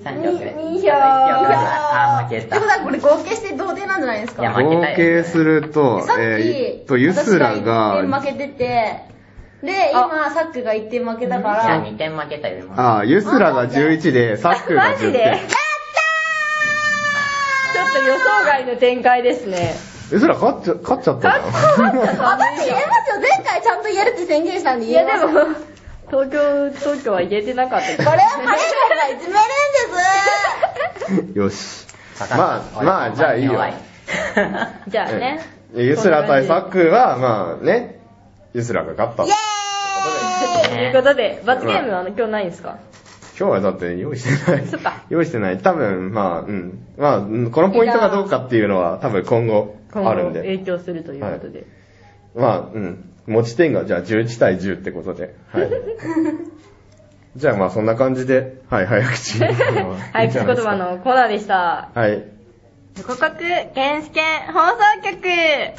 Speaker 5: 3曲で。
Speaker 1: に
Speaker 5: 一
Speaker 1: にひょー
Speaker 5: あー、負け
Speaker 1: って
Speaker 5: た
Speaker 1: こ。とはこれ合計して同点なんじゃないです
Speaker 5: いや
Speaker 1: か
Speaker 5: 負け
Speaker 3: 合
Speaker 5: たよ
Speaker 3: 計すると
Speaker 1: さ、っき、
Speaker 3: えー、っと、ユスラが、
Speaker 1: 私が1点負けてて、で、今、サックが1点負けたか
Speaker 5: じゃあ
Speaker 1: ら、
Speaker 5: 2点負けたよ、今。
Speaker 3: あー、ユスラが11で、サックが
Speaker 2: マジ
Speaker 3: 10
Speaker 2: で
Speaker 3: 点。
Speaker 2: ちょっと予想外の展開ですね。
Speaker 3: ユスラ勝っちゃ、勝っちゃった
Speaker 1: 私
Speaker 3: の
Speaker 1: 言えますよ前回ちゃんと言えるって宣言したんで
Speaker 2: いや
Speaker 1: 言えます
Speaker 2: でも、東京、東京は言えてなかったけど
Speaker 1: これはパレードがいじめるんです
Speaker 3: よし。
Speaker 5: 高橋
Speaker 3: まあ、まあ、じゃあいいよ。
Speaker 5: 弱
Speaker 2: じゃあね。
Speaker 3: うんユスラ対サックは、まあね、ユスラが勝った。
Speaker 1: イエー
Speaker 3: 今
Speaker 1: イ
Speaker 2: ということで、罰ゲームはあの今日ないんですか
Speaker 3: 日はだって用意してない
Speaker 2: そっか。
Speaker 3: 用意してない。多分、まあ、うん。まあうん、このポイントがどうかっていうのは、多分今後、
Speaker 2: 今後
Speaker 3: あるん
Speaker 2: 影
Speaker 3: で。
Speaker 2: 響するということで。
Speaker 3: まあ、うん。持ち点が、じゃあ11対10ってことで。はい。じゃあまあ、そんな感じで、はい、早 口。
Speaker 2: はい、口言葉。のコーナーでした。
Speaker 3: はい。
Speaker 2: 横国原始圏放送局
Speaker 1: え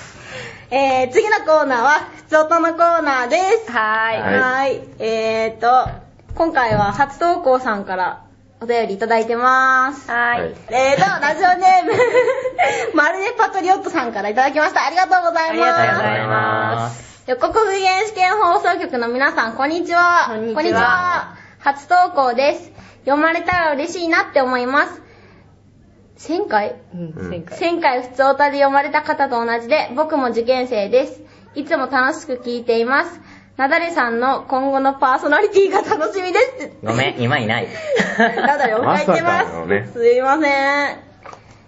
Speaker 1: ー、次のコーナーは、ふつおとのコーナーです。
Speaker 2: はーい。
Speaker 3: はい
Speaker 1: ーい。えーと、今回は初投稿さんからお便りいただいてます。
Speaker 2: は
Speaker 3: は
Speaker 2: ー
Speaker 3: い
Speaker 2: い。
Speaker 1: えーと、 ラジオネーム、 まるでパトリオットさんからいただきました。ありがとうござ
Speaker 2: あ
Speaker 1: い
Speaker 2: りがとう
Speaker 1: ま
Speaker 2: ご
Speaker 1: す。
Speaker 2: ざいます。
Speaker 1: 横国原始圏放送局の皆さん、こんにちは。
Speaker 2: こんにちは
Speaker 1: 初投稿です。読まれたら嬉しいなって思います。1000回
Speaker 2: うん、前回。
Speaker 1: 1000回普通おたで読まれた方と同じで、僕も受験生です。いつも楽しく聞いています。なだれさんの今後のパーソナリティが楽しみです。
Speaker 5: ごめん、今いない。
Speaker 1: ただよ、
Speaker 3: ま
Speaker 1: 書
Speaker 3: さ
Speaker 1: いて
Speaker 3: か
Speaker 1: ま
Speaker 3: の
Speaker 1: す。
Speaker 3: ね
Speaker 1: すいません。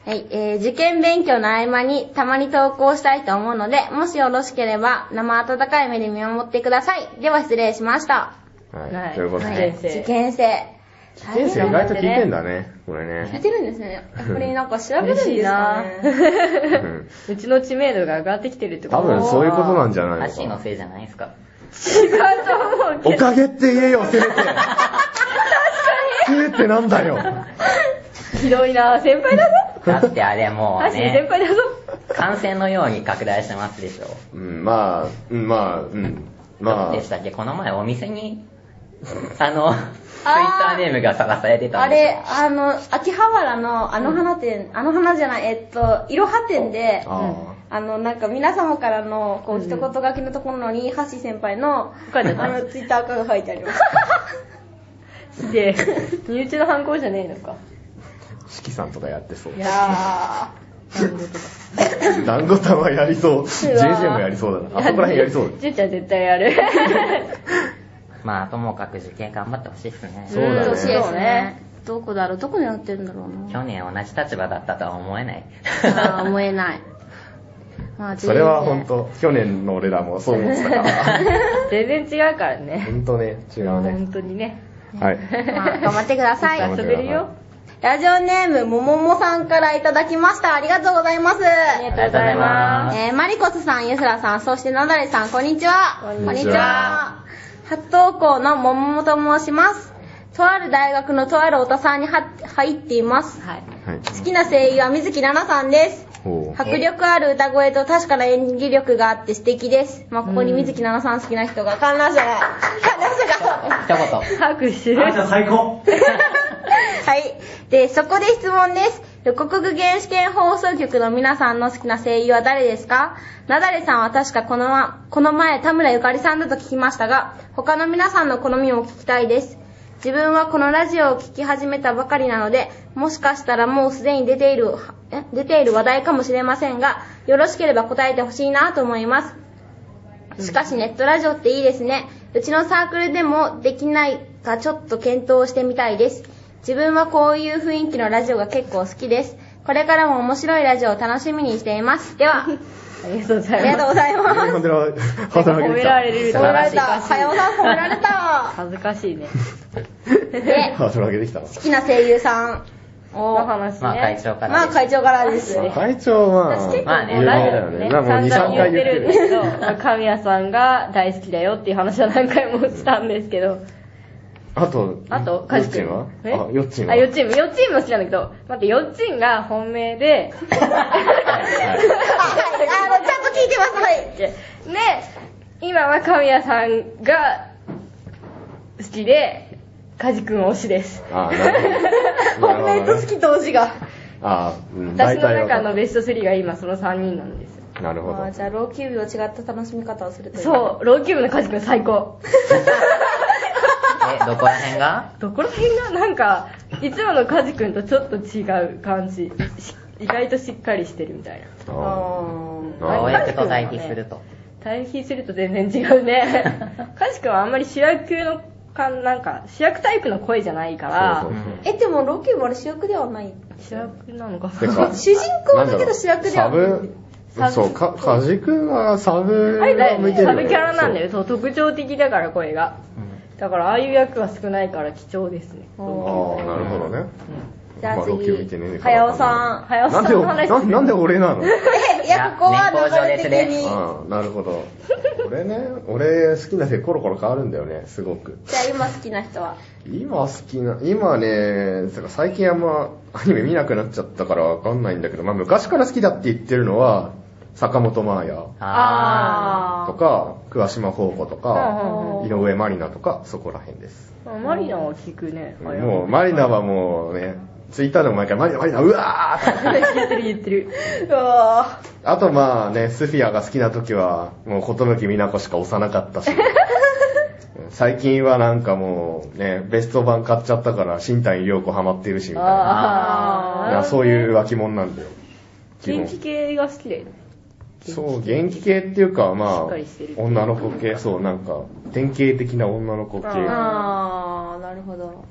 Speaker 1: はい、えー、受験勉強の合間にたまに投稿したいと思うので、もしよろしければ生温かい目で見守ってください。では失礼しました。
Speaker 3: はい。ということ
Speaker 2: は
Speaker 3: で
Speaker 2: い。
Speaker 1: 受験生。受
Speaker 3: 先生意外と聞いてんだね、これ
Speaker 1: やっ
Speaker 3: ね。
Speaker 1: てるんですね。これなんか調べるん
Speaker 2: 嬉
Speaker 1: です
Speaker 2: しい
Speaker 1: か
Speaker 2: な
Speaker 1: ね。
Speaker 3: うん
Speaker 2: うちの知名度が上がってきてるってこと
Speaker 3: 多分そういうことなんじゃないの
Speaker 5: 足
Speaker 3: か
Speaker 5: の
Speaker 3: な。
Speaker 5: せいじゃないですか。
Speaker 2: 違うと思うけ
Speaker 3: お
Speaker 2: ど。
Speaker 3: かげって言えよ、せめて。確かに。せめてなんだよ。
Speaker 2: ひどいな先輩だぞ。
Speaker 5: だってあれもう
Speaker 2: 確かに先
Speaker 5: ね、
Speaker 2: 輩だぞ。
Speaker 5: 感染のように拡大してますでしょ。
Speaker 3: うん、まあ、うん、まあ、うん。
Speaker 5: ど
Speaker 3: ま
Speaker 5: うでしたっけこの前お店に、 あの、ツイッターネームがさらされてた
Speaker 1: あ
Speaker 5: んですよ
Speaker 1: れ、あの、秋葉原のあの花店、あの花じゃない、えっと、いろは店で、
Speaker 3: あ、
Speaker 1: あの、なんか皆様からの、こ
Speaker 2: う
Speaker 1: う、
Speaker 2: ん
Speaker 1: 一言書きのところに、橋先輩の、
Speaker 2: 書
Speaker 1: あ
Speaker 2: いてあった
Speaker 1: の、ツイッターが書いてあります。
Speaker 2: すげえ。身内の犯行じゃねえのか。
Speaker 3: あ、四季さんとかやってそう
Speaker 2: い。
Speaker 1: や
Speaker 2: 犯行とか。
Speaker 3: 団子さんはやりそう。JJ もやりそうだな。あそこら辺やりそう。
Speaker 2: じゅんちゃん絶対や る。
Speaker 5: まあ、ともかく受験頑張ってほしいですね。
Speaker 3: そうだね
Speaker 1: ー、
Speaker 3: ん
Speaker 1: 惜しいで
Speaker 2: そう
Speaker 1: す
Speaker 2: ね
Speaker 1: ね。どこだろう、どこでやってるんだろう な。
Speaker 5: 去年同じ立場だったとは思 えない。
Speaker 1: あー思えない。まあ、
Speaker 3: それは
Speaker 1: 自由
Speaker 3: 本
Speaker 1: で
Speaker 3: 当去年の俺らもそう思って たから。
Speaker 2: 全然違うからね。
Speaker 3: 本当ね、違うね。
Speaker 2: 本当にね。
Speaker 3: はい。
Speaker 1: まあ、頑張ってくださ
Speaker 3: 頑張
Speaker 1: い
Speaker 2: 遊
Speaker 3: っ。
Speaker 2: べるよ。
Speaker 1: ラジオネーム、もももさんからいただきました。ありがとうございます。
Speaker 2: ありがとうございます。
Speaker 1: えー、マリコスさん、ユスラさん、そしてナダレさん、こんにちは。
Speaker 3: こんにちは
Speaker 1: 初投稿のもももと申します。とある大学のとあるおたさんには入っています。
Speaker 2: はい。
Speaker 3: はい。
Speaker 1: 好きな声優は水木奈々さんです。
Speaker 3: ほう。
Speaker 1: 迫力ある歌声と確かな演技力があって素敵です。まあ、ここに水木奈々さん好きな人が、観覧車が、観覧車が、
Speaker 5: 一言。
Speaker 2: 拍手。
Speaker 4: あんた最高
Speaker 1: はい。で、そこで質問です。横国原始圏放送局の皆さんの好きな声優は誰ですかなだれさんは確かこの,、ま、この前田村ゆかりさんだと聞きましたが、他の皆さんの好みも聞きたいです。自分はこのラジオを聞き始めたばかりなので、もしかしたらもうすでに出ている、え出ている話題かもしれませんが、よろしければ答えてほしいなと思います。しかしネットラジオっていいですね。うちのサークルでもできないかちょっと検討してみたいです。自分はこういう雰囲気のラジオが結構好きです。これからも面白いラジオを楽しみにしています。で は、
Speaker 2: ありがとうご
Speaker 1: あ
Speaker 2: ざいます。
Speaker 1: りがとうございます。
Speaker 3: 本当だ、本当だ
Speaker 2: 褒められる。
Speaker 5: 素晴らしい
Speaker 1: 褒められた。さようさん褒められ た。
Speaker 2: 恥ずかしいね。
Speaker 1: で、
Speaker 3: ハードル上げてきたな。
Speaker 1: 好きな声優さん。
Speaker 2: の話ね。
Speaker 5: まあ会長から
Speaker 1: まあ
Speaker 5: です。
Speaker 1: 会長からです。
Speaker 3: 会長は、
Speaker 2: 私結構
Speaker 5: まあね
Speaker 2: もうラジオでね、
Speaker 3: まあもう
Speaker 2: 散
Speaker 3: 2、
Speaker 2: 々
Speaker 3: 3
Speaker 2: 言っ
Speaker 3: 回
Speaker 2: て
Speaker 3: 言って
Speaker 2: るん
Speaker 3: る
Speaker 2: です けど、神谷さんが大好きだよっていう話は何回もしたんですけど、
Speaker 3: あと、
Speaker 2: あと、
Speaker 3: ヨ
Speaker 2: か
Speaker 3: ッ
Speaker 2: し
Speaker 3: チ
Speaker 2: くん
Speaker 3: ンは
Speaker 2: え
Speaker 3: あ、ヨッチンは
Speaker 2: あ、よっちん、よっちんも好きなんだけど、待って、よっちんが本命で、
Speaker 1: あ、はい、あの、ちゃんと聞いてます。はい。
Speaker 2: で、今は神谷さんが好きで、かじくん推し です。
Speaker 3: あ、なるほど。
Speaker 1: 本命と好き同士が。
Speaker 3: あ、うん
Speaker 2: 私の
Speaker 3: わか
Speaker 2: 中
Speaker 3: る
Speaker 2: のベスト3が今その3人なんですよ。
Speaker 3: なるほ
Speaker 1: まあ、じゃあ、老朽部と違った楽しみ方をするという。う。
Speaker 2: そう、老朽部のカジ君最高。
Speaker 5: え、どこら辺が
Speaker 2: どこら辺がなんか、いつものカジ君とちょっと違う感じ。し意外としっかりしてるみたいな。
Speaker 3: ど。あ
Speaker 5: 公約と対比すると。
Speaker 2: 対比すると全然違う ね。カジ君はあんまり主役のかん、なんか、主役タイプの声じゃないから、
Speaker 3: そうそうそう
Speaker 1: え、でも老朽部あれ主役ではない。
Speaker 2: 主役なのか
Speaker 3: て
Speaker 2: な
Speaker 3: か
Speaker 1: 主人公だけど主役では
Speaker 3: サブ
Speaker 2: サブ、
Speaker 3: そう、か、かじくんはサブ
Speaker 2: あれだよ
Speaker 3: 向い
Speaker 2: ね。
Speaker 3: てる
Speaker 2: サ
Speaker 3: よね
Speaker 2: ブキャラなんだよ。そう、特徴的だから声が。だから、ああいう役は少ないから貴重ですね。
Speaker 1: あ
Speaker 3: そう
Speaker 1: ー
Speaker 3: ああ、なるほどね。
Speaker 1: じゃあ
Speaker 3: まあ老朽見てね
Speaker 1: 次、早尾さん。
Speaker 2: 早尾さ
Speaker 3: なんんで
Speaker 2: の
Speaker 3: お、
Speaker 2: 話
Speaker 3: ななんで俺なの
Speaker 1: え、 いや、ここは流れ的に。
Speaker 3: ああ、なるほど。俺ね、俺好きな人コロコロ変わるんだよね、すごく。
Speaker 1: じゃあ、今好きな人は。
Speaker 3: 今好きな、今ね、てか最近あんまアニメ見なくなっちゃったからわかんないんだけど、まあ昔から好きだって言ってるのは、坂本真綾
Speaker 5: あ
Speaker 3: とか、桑島宝子とか、
Speaker 2: あ
Speaker 1: ー
Speaker 3: 井上まりなとか、そこら辺です。
Speaker 2: あ。マリナは聞くね。あれは
Speaker 3: もう、まりなはもうね、ツイッターでも毎回、まりな、まりな、うわーって
Speaker 2: 言ってる言ってる。
Speaker 1: うわ
Speaker 3: あとまあね、スフィアが好きな時は、もう、ことぶきみなこしか押さなかっ たし。最近はなんかもうね、ベスト版買っちゃったから、新谷涼子ハマってるし、みたいな。い
Speaker 2: あ
Speaker 3: や
Speaker 2: あ。
Speaker 3: そういう脇もんなんだよ。基
Speaker 2: 元
Speaker 3: 本
Speaker 2: 気系が好きで。
Speaker 3: そう、元気系っていうか、
Speaker 2: し
Speaker 3: ま
Speaker 2: っ
Speaker 3: あ
Speaker 2: かりしてる、
Speaker 3: 女の子系、そう、なんか、典型的な女の子系。
Speaker 1: ー
Speaker 2: あ
Speaker 1: あー、なるほど。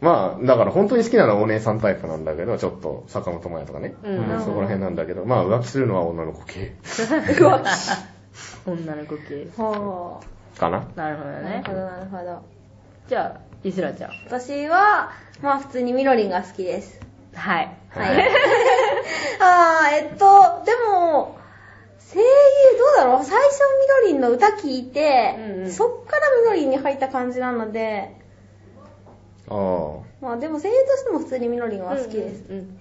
Speaker 3: まあ、だから本当に好きなのはお姉さんタイプなんだけど、ちょっと、坂本真也とかね、
Speaker 2: うん
Speaker 3: うんそこら辺なんだけど、まあ、浮気するのは女の子系
Speaker 2: 女の子系。
Speaker 1: ほう。
Speaker 3: かな。
Speaker 2: なるほど
Speaker 1: なる
Speaker 2: ね
Speaker 1: ほ。ど、なるほど。
Speaker 2: じゃあ、イスラちゃん。
Speaker 1: 私は、まあ普通にみろりんが好きです。
Speaker 2: はい。
Speaker 1: はい。あー、えっと、でも、声優どうだろう最初みろりんの歌聞いて、
Speaker 2: うんうん
Speaker 1: そっからみろりんに入った感じなので、
Speaker 3: ああ。
Speaker 1: まあでも声優としても普通にみろりんは好きです。
Speaker 2: うんうん。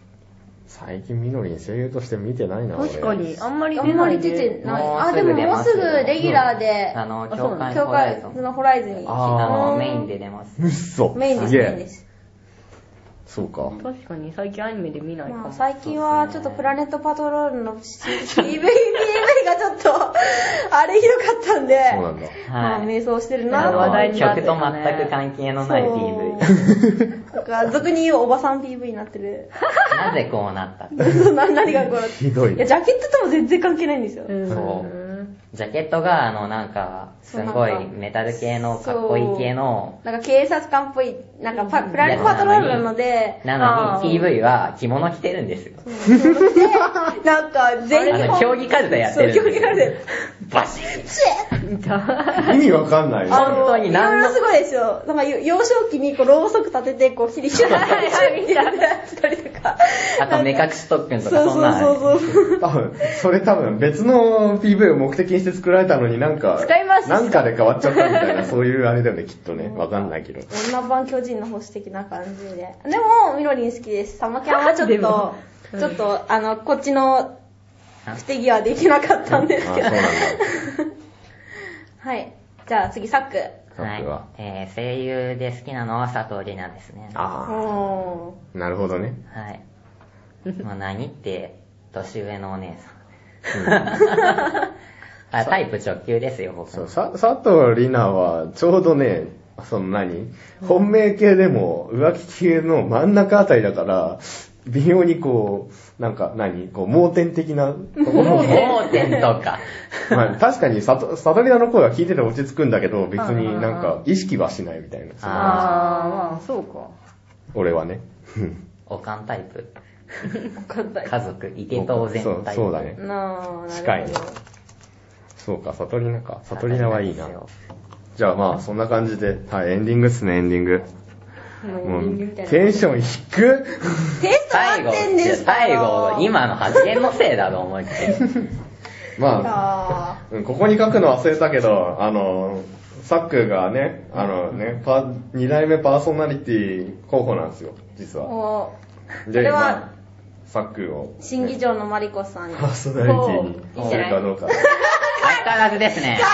Speaker 3: 最近みのりん声優として見てないな、俺
Speaker 2: 確かに、あんまり
Speaker 1: あ
Speaker 2: 出
Speaker 1: ん
Speaker 2: な
Speaker 1: ま
Speaker 2: いね
Speaker 1: り出てない。
Speaker 5: もう
Speaker 1: あ、
Speaker 5: す
Speaker 1: で
Speaker 5: ぐ
Speaker 1: も
Speaker 5: 出
Speaker 1: も
Speaker 5: ま
Speaker 1: う
Speaker 5: す
Speaker 1: すぐレギュラーで、
Speaker 5: あの、
Speaker 2: あそう
Speaker 5: 教
Speaker 2: な
Speaker 5: 会
Speaker 1: 教
Speaker 5: ホライ
Speaker 1: 会
Speaker 5: ゾン。
Speaker 1: のホライズに。
Speaker 3: あ
Speaker 5: あの、
Speaker 3: ー
Speaker 5: メインで出ます。
Speaker 3: うっそ。
Speaker 1: メインです、
Speaker 3: げ
Speaker 1: メインで
Speaker 3: え。
Speaker 1: す。
Speaker 3: そうか。
Speaker 2: 確かに、最近アニメで見ないか
Speaker 1: まあ、
Speaker 2: も。
Speaker 1: 最近はちょっとプラネットパトロールの PV、PV がちょっと、あれひどかったんで、
Speaker 3: そうなんだ。
Speaker 1: まあ、
Speaker 5: はい。
Speaker 1: 迷走してる
Speaker 5: あ
Speaker 1: な
Speaker 5: の
Speaker 1: と
Speaker 2: 話題になって
Speaker 5: 曲
Speaker 2: た
Speaker 5: と
Speaker 2: ね
Speaker 5: 全く関係のない PV。
Speaker 1: なんか、俗に言うおばさん PV になってる。
Speaker 5: なぜこうなったか。
Speaker 1: そうな何がこう。
Speaker 3: ひどい
Speaker 1: いや、。ジャケットとも全然関係ないんですよ。
Speaker 2: うん
Speaker 5: そうジャケットが、あの、なんか、すごいメタル系の、かっこいい系の、
Speaker 1: なんか警察官っぽい、なんかパプラネットパトロールなので、
Speaker 5: なのに
Speaker 2: あ
Speaker 5: PV は着物着てるんですよ。
Speaker 1: なんか全
Speaker 5: あ
Speaker 1: 員
Speaker 5: の、競技カルタやって
Speaker 1: そう、
Speaker 5: るんで
Speaker 1: 競技
Speaker 5: すよ。
Speaker 1: カルで、
Speaker 5: バシッ
Speaker 1: チェッ
Speaker 2: 見た。
Speaker 3: 意味わか んないよ。
Speaker 5: 本当に
Speaker 1: いろ
Speaker 5: 何
Speaker 1: いろ
Speaker 5: の
Speaker 1: すごいですよ。なんかよ幼少期にこうろうそく立てて、こう、ヒリヒリ
Speaker 2: はいはい
Speaker 1: ってやったりとか。
Speaker 5: あと目隠し特訓
Speaker 1: そ
Speaker 5: と
Speaker 1: う
Speaker 5: かそんな
Speaker 1: そうそうそう。
Speaker 3: 多分、それ多分別の PV を目的にして作られたのになんか、
Speaker 2: 使い回し
Speaker 3: なんかで変わっちゃったみた いな、そういうあれだよね、きっとね。わかんないけど。
Speaker 1: 女版巨人の星的な感じで。でも、みろりん好きです。サマキャンはちょっ
Speaker 2: でも
Speaker 1: と、ちょっと、あの、こっちの不手際できなかったんですけど。
Speaker 3: あそうなんだ
Speaker 1: はい。じゃあ次、サック。
Speaker 5: はい
Speaker 3: 僕は。
Speaker 5: えー、声優で好きなのは佐藤里奈ですね。は
Speaker 3: あ
Speaker 1: お
Speaker 3: あ、なるほどね。
Speaker 5: い。まあ何って、年上のお姉さん。 あ、タイプ直球ですよ、僕。
Speaker 3: そう、さ、佐藤里奈は、ちょうどね、その何本命系でも、浮気系の真ん中あたりだから、微妙にこう、なんか何こう、盲点的なところも。
Speaker 5: 盲点とか。
Speaker 3: まあ、確かにさと、サトリアの声は聞いてて落ち着くんだけど、別になんか意識はしないみたいな。
Speaker 5: あ
Speaker 2: ああ、まあ、そうか。
Speaker 3: 俺はね。
Speaker 5: ー、おかんタイプ。
Speaker 2: 簡単。
Speaker 5: 家族、いて当然
Speaker 3: そうそうだね
Speaker 2: なあ、
Speaker 3: 近
Speaker 2: ないる
Speaker 3: ね
Speaker 2: ほど。
Speaker 3: そうか、悟りなか。悟りなはいいな。じゃあまあ、そんな感じで、はい、エンディングっすね、エンディング。も
Speaker 2: もう人間み
Speaker 3: う
Speaker 2: たいな。
Speaker 3: テンション低っ
Speaker 1: テスト
Speaker 5: 最
Speaker 1: 合
Speaker 5: 後
Speaker 1: ってんで、すか
Speaker 5: 最後、今の発言のせいだと思いっきり。
Speaker 3: まあ、
Speaker 1: あ
Speaker 3: うんここに書くの忘れたけど、あの、サックがね、あのね、パ二代目パーソナリティ候補なんですよ、実
Speaker 1: ー
Speaker 3: は。
Speaker 1: おそ
Speaker 3: で、
Speaker 1: れ
Speaker 3: まあ
Speaker 1: は、
Speaker 3: サックを
Speaker 1: 審議場のマリコさんに
Speaker 3: パーソナリティ
Speaker 2: お
Speaker 3: にするかどうか。どう
Speaker 5: 相変わらずですね。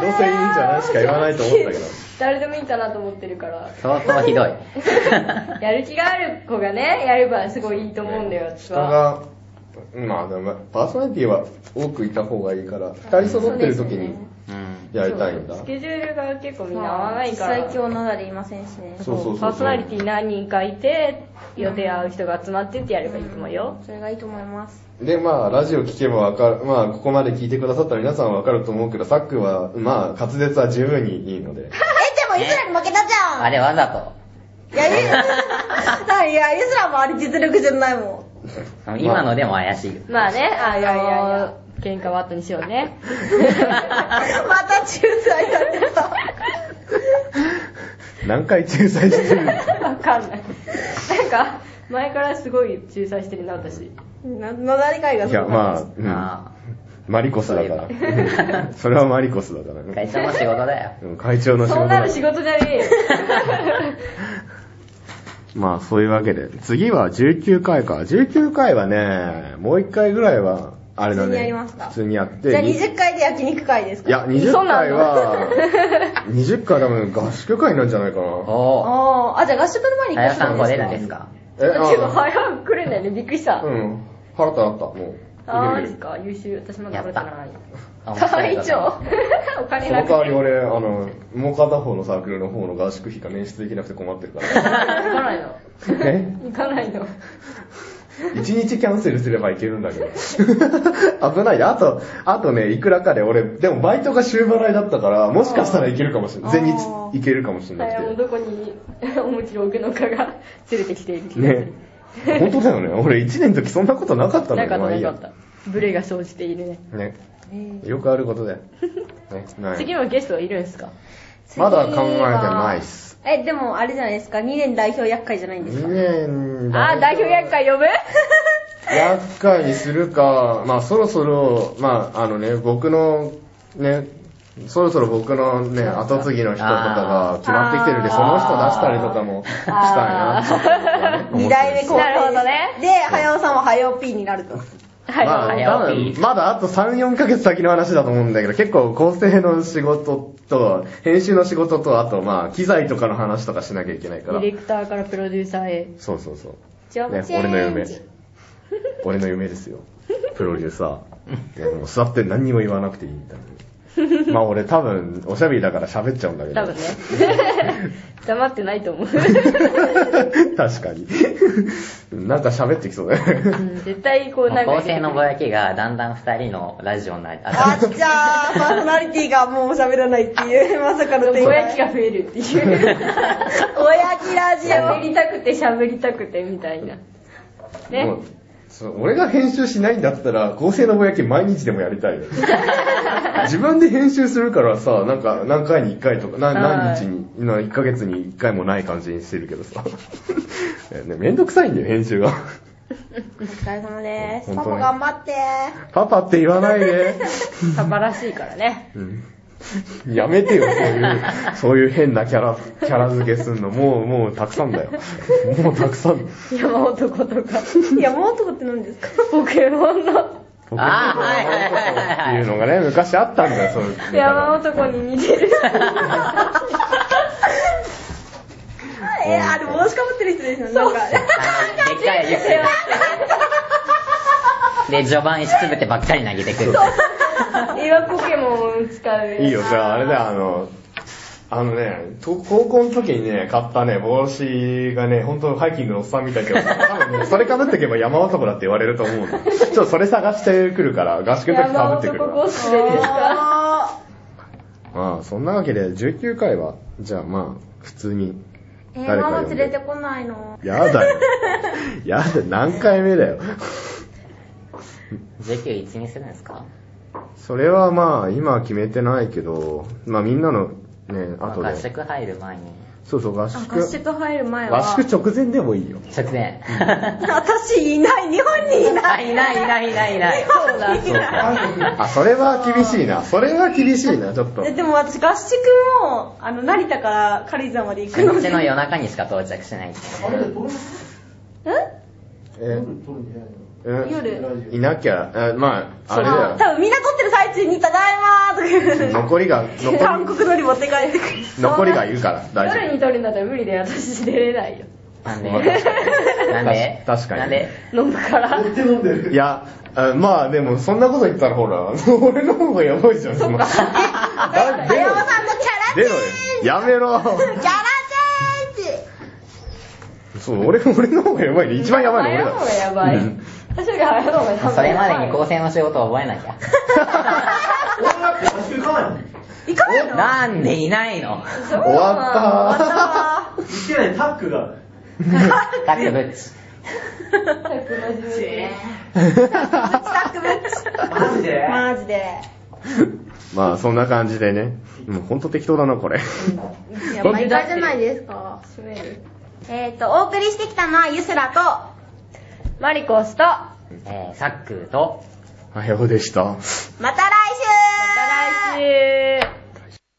Speaker 3: せいいんじゃないしか言わないと思ったけど。
Speaker 2: 誰でもいいかなと思ってるから。
Speaker 5: 相当ひどい。
Speaker 2: やる気がある子がね、やればすごいいいと思うんだよ、私
Speaker 3: 人
Speaker 2: は。
Speaker 3: が、まあでも、パーソナリティは多くいた方がいいから、二人揃ってる時に
Speaker 5: うん。
Speaker 3: やりたいんだ。
Speaker 2: スケジュールが結構みんな合わ
Speaker 1: まあ
Speaker 2: ない
Speaker 1: 実
Speaker 2: から。
Speaker 1: 際今日なだれいませんしね
Speaker 3: そうそうそうそう
Speaker 2: パーソナリティ何人かいて、予定合う人が集まってってやればいいと思うよ。
Speaker 1: それがいいと思います
Speaker 3: で、まあ、ラジオ聞けばわかる、まあ、ここまで聞いてくださった皆さんはわかると思うけど、さっくんは、まあ、滑舌は十分にいいので。
Speaker 1: えでもイスラに負けたじゃ
Speaker 5: あ
Speaker 1: ん
Speaker 5: れわざと。
Speaker 1: いやいやいやイスラもあれ実力じゃないも
Speaker 5: 今のでも怪しい。
Speaker 2: まあね、あの
Speaker 1: いやいやいや
Speaker 2: 喧嘩は後にしようね。
Speaker 1: んまた仲裁された
Speaker 3: 何回仲裁してるんですか
Speaker 2: わかんない。なんか、前からすごい仲裁してるな、私。
Speaker 1: ななだれ会が
Speaker 3: い
Speaker 1: そ
Speaker 3: や、
Speaker 1: うなん
Speaker 3: ま
Speaker 1: で
Speaker 3: あ、
Speaker 1: す
Speaker 3: うん。
Speaker 5: あ
Speaker 3: マリコスだから
Speaker 5: そうい
Speaker 3: うん。 それはマリコスだから
Speaker 5: あ、
Speaker 3: ね。
Speaker 5: 会社の仕事だよ。
Speaker 3: うん会長の仕
Speaker 2: そ
Speaker 3: 事
Speaker 2: んな
Speaker 3: だ
Speaker 2: の仕事じゃねえよ。
Speaker 3: まあ、そういうわけで。次は19回か。19回はね、もう1回ぐらいは、あれだ
Speaker 1: 普
Speaker 3: ね。
Speaker 1: 通にやりますか
Speaker 3: 普通にやって。
Speaker 1: じゃあ20回で焼肉会です
Speaker 3: い
Speaker 1: か
Speaker 3: や、20
Speaker 2: そうな
Speaker 3: 回
Speaker 2: の
Speaker 3: は、20回多分合宿会なんじゃないかな。
Speaker 1: あ
Speaker 5: おぉ。
Speaker 1: ーあじゃあ合宿の前に
Speaker 5: あやさん来れるん
Speaker 1: ん
Speaker 5: ですか
Speaker 3: え、 あ
Speaker 2: 結構早く来るんだよね、びっくりした。
Speaker 3: うん。腹立った、もう。
Speaker 2: あー、マ
Speaker 3: いけるいけ
Speaker 2: ジ
Speaker 3: る
Speaker 2: か、優秀。私まだ来れてない。
Speaker 5: 面白
Speaker 2: 会
Speaker 5: いこと
Speaker 2: 長お金
Speaker 3: そ
Speaker 2: な
Speaker 3: の
Speaker 2: く
Speaker 3: 代わり
Speaker 2: て。
Speaker 3: 俺、あの、もう片方のサークルの方の合宿費が捻出できなくて困ってるか ら。
Speaker 2: 行かないの。
Speaker 3: え
Speaker 2: 行かないの。
Speaker 3: 一日キャンセルすればいけるんだけど。 危ないよ。あと、あとね、いくらかで俺、でもバイトが週払いだったから、もしかしたらいけるかもしれない。全
Speaker 1: あ
Speaker 3: 日いけるかもしれな
Speaker 2: 早も
Speaker 3: く
Speaker 2: うどこに 重きを置くのかが連れてきている気がす
Speaker 3: て。ね
Speaker 2: る。。
Speaker 3: 本当だよね。俺1年の時そんなことなかったんだ
Speaker 2: な
Speaker 3: け
Speaker 2: か
Speaker 3: ど、
Speaker 2: っ
Speaker 3: ま
Speaker 2: た
Speaker 3: あいい
Speaker 2: なか
Speaker 3: や
Speaker 2: った。ブレが生じているね。
Speaker 3: ね。よくある ことだよ。ね。ない
Speaker 2: 次のゲストはいるんですか
Speaker 3: まだ考えてないっす。
Speaker 1: えでもあれじゃないですか2年代表厄介じゃないんです
Speaker 3: 2
Speaker 1: か
Speaker 3: 年
Speaker 2: あー、代表厄介呼ぶ
Speaker 3: 厄介にするか、まあそろそろ、まああのね、僕の、ね、そろそろ僕のね、後継ぎの人とかが決まってきてるんで、
Speaker 2: あー
Speaker 3: その人出したりとかもしたいなと思ってね。
Speaker 1: 2代目後
Speaker 2: な
Speaker 1: 輩
Speaker 2: るほどね
Speaker 1: で早尾さんは早尾 P になると
Speaker 2: はい。
Speaker 3: まあ、多分まだあと3、4ヶ月先の話だと思うんだけど、結構構成の仕事と、編集の仕事と、あとまあ、機材とかの話とかしなきゃいけないか
Speaker 2: デ
Speaker 3: ら
Speaker 2: ィ。レクターからプロデューサーへ。
Speaker 3: そうそうそう。
Speaker 2: ジョ
Speaker 3: ね
Speaker 2: ブ、チェ
Speaker 3: 俺の
Speaker 2: ン
Speaker 3: 夢
Speaker 2: ジ。。
Speaker 3: 俺の夢ですよ。プロデューサー。ねもう座って何にも言わなくていいみたいな。まあ俺多分、おしゃべりだから喋っちゃうんだけど。
Speaker 2: 多分ね。黙ってないと思う。
Speaker 3: 確かに。なんか喋ってきそうだ
Speaker 2: う
Speaker 3: ね。
Speaker 2: ん絶対こうなんか。
Speaker 5: 構成のぼやきがだんだん二人のラジオになり、
Speaker 1: あっちゃー、パーソナリティがもう喋らないっていう、まさかの
Speaker 2: ぼ
Speaker 1: 展開。
Speaker 2: やきが増えるって いう。
Speaker 1: おやきラジ
Speaker 2: 喋
Speaker 1: オ。
Speaker 2: りたくて喋りたくてみたいな。ね
Speaker 3: もうそう俺が編集しないんだったら、構成のぼやき毎日でもやり たいよ。自分で編集するからさ、なんか何回に1回とか、な何日に、な1ヶ月に1回もない感じにしてるけどさ。 ねめんどくさいんだよ、編集が。
Speaker 1: お疲れ様です。
Speaker 3: 本当
Speaker 1: パパ
Speaker 3: ね
Speaker 1: 頑張って。
Speaker 3: パパって言わない で。
Speaker 2: パパらしいからね。
Speaker 3: やめてよ、そういう、 そういう変なキャラ、キャラ付けすんの。もう、もう、たくさん だよ。もう、たくさん。
Speaker 2: 山男とか、
Speaker 1: いや、もうとこって何ですか
Speaker 2: ポケモンの
Speaker 3: ポケモンの男っていうのがね、昔あったんだよ、そういう。
Speaker 2: 山男に似てる。
Speaker 1: え、あれ、帽子かぶってる人ですよね。なんか。
Speaker 5: あのでっかいリュックで、序盤石つぶてばっかり投げてくる。
Speaker 2: 今ポケモンを使う。
Speaker 3: いいよ、じゃあ、あれだよ、あの、あのね、と高校の時にね、買ったね、帽子がね、本当ハイキングのおっさんみたいけど、多分 ね、それ被ってけば山男だって言われると思うんだよちょっとそれ探してくるから、合宿の時被
Speaker 2: 山
Speaker 3: ってくる
Speaker 2: 男
Speaker 3: から
Speaker 2: コ。スプレですか
Speaker 1: あ
Speaker 3: まあ、そんなわけで、19回は、じゃあまあ、普通に
Speaker 1: ーえ、
Speaker 3: 誰
Speaker 1: マ
Speaker 3: か
Speaker 1: マ
Speaker 3: 呼ん
Speaker 1: 連
Speaker 3: で
Speaker 1: れてこないの。
Speaker 3: やだよ。 やだ、何回目だよ。
Speaker 5: JQ1 にするんですか
Speaker 3: それはまあ、今は決めてないけど、まあみんなのね、後
Speaker 5: 合
Speaker 3: で。
Speaker 5: 宿入る前に。
Speaker 3: そうそう、合
Speaker 1: あ
Speaker 3: 宿。
Speaker 1: 合宿入る前は。
Speaker 3: 合宿直前でもいいよ。
Speaker 5: 直前。
Speaker 1: 私いない、日本にい
Speaker 5: あ、
Speaker 1: ない。
Speaker 5: いないいないいないいない。
Speaker 1: そうだ。
Speaker 3: あ、それは厳しいな。それは厳しいな、ちょっと。
Speaker 1: えでも私合宿も、あの、成田から軽井沢まで行くの
Speaker 5: うち
Speaker 1: で。
Speaker 5: の夜中にしか到着しないっていう。
Speaker 3: えうん
Speaker 1: 夜
Speaker 3: いなきゃ、あまあ、あれ
Speaker 1: あ
Speaker 3: だ
Speaker 1: 多分みんな撮ってる最中に、ただいまー
Speaker 3: よ。
Speaker 1: とか。
Speaker 3: 残りが、残
Speaker 1: 韓
Speaker 3: り、
Speaker 1: 国のり持って帰ってくる。
Speaker 3: 残りがいるから、大
Speaker 2: 夜
Speaker 3: 丈
Speaker 2: に撮るんだったら無理だよ。私出れない よ。
Speaker 5: なん
Speaker 3: まあ
Speaker 5: で
Speaker 3: 確
Speaker 5: なんで
Speaker 3: 確確かに
Speaker 5: なんで
Speaker 2: 飲むから。
Speaker 3: 夫。いや、あまあでも、そんなこと言ったらほら、俺の方がやばいじゃん、その。だ出
Speaker 1: 山
Speaker 3: ろよ
Speaker 1: さんのキ
Speaker 3: 出
Speaker 1: ャラ
Speaker 3: ろ
Speaker 1: チェ
Speaker 3: よ
Speaker 1: ンジ
Speaker 3: やめろ
Speaker 1: キャラチェンジ
Speaker 3: そう、俺、俺の方がやばいね。一番やばいね、俺
Speaker 2: 早い
Speaker 3: だ
Speaker 2: 方が。やばい。 私より早い方がやばい。
Speaker 5: それまでに構成の仕事を覚えなきゃ。
Speaker 1: 行かないの
Speaker 5: なんでいないの
Speaker 2: そう
Speaker 3: 終わった
Speaker 1: 終わったわ
Speaker 5: タックブッチ。
Speaker 2: 早く真面目に
Speaker 1: タックブッチタックブッチ
Speaker 6: マジで
Speaker 1: マジで。
Speaker 3: まあ、そんな感じでね。もうほんと適当だな、これ。
Speaker 1: いや、毎回じゃないですか。
Speaker 2: 締める。
Speaker 1: えっと、お送りしてきたのはゆすらと、
Speaker 2: マリコスと、ま
Speaker 5: えー、サックと、
Speaker 3: はようでした。
Speaker 1: また来週
Speaker 2: た来週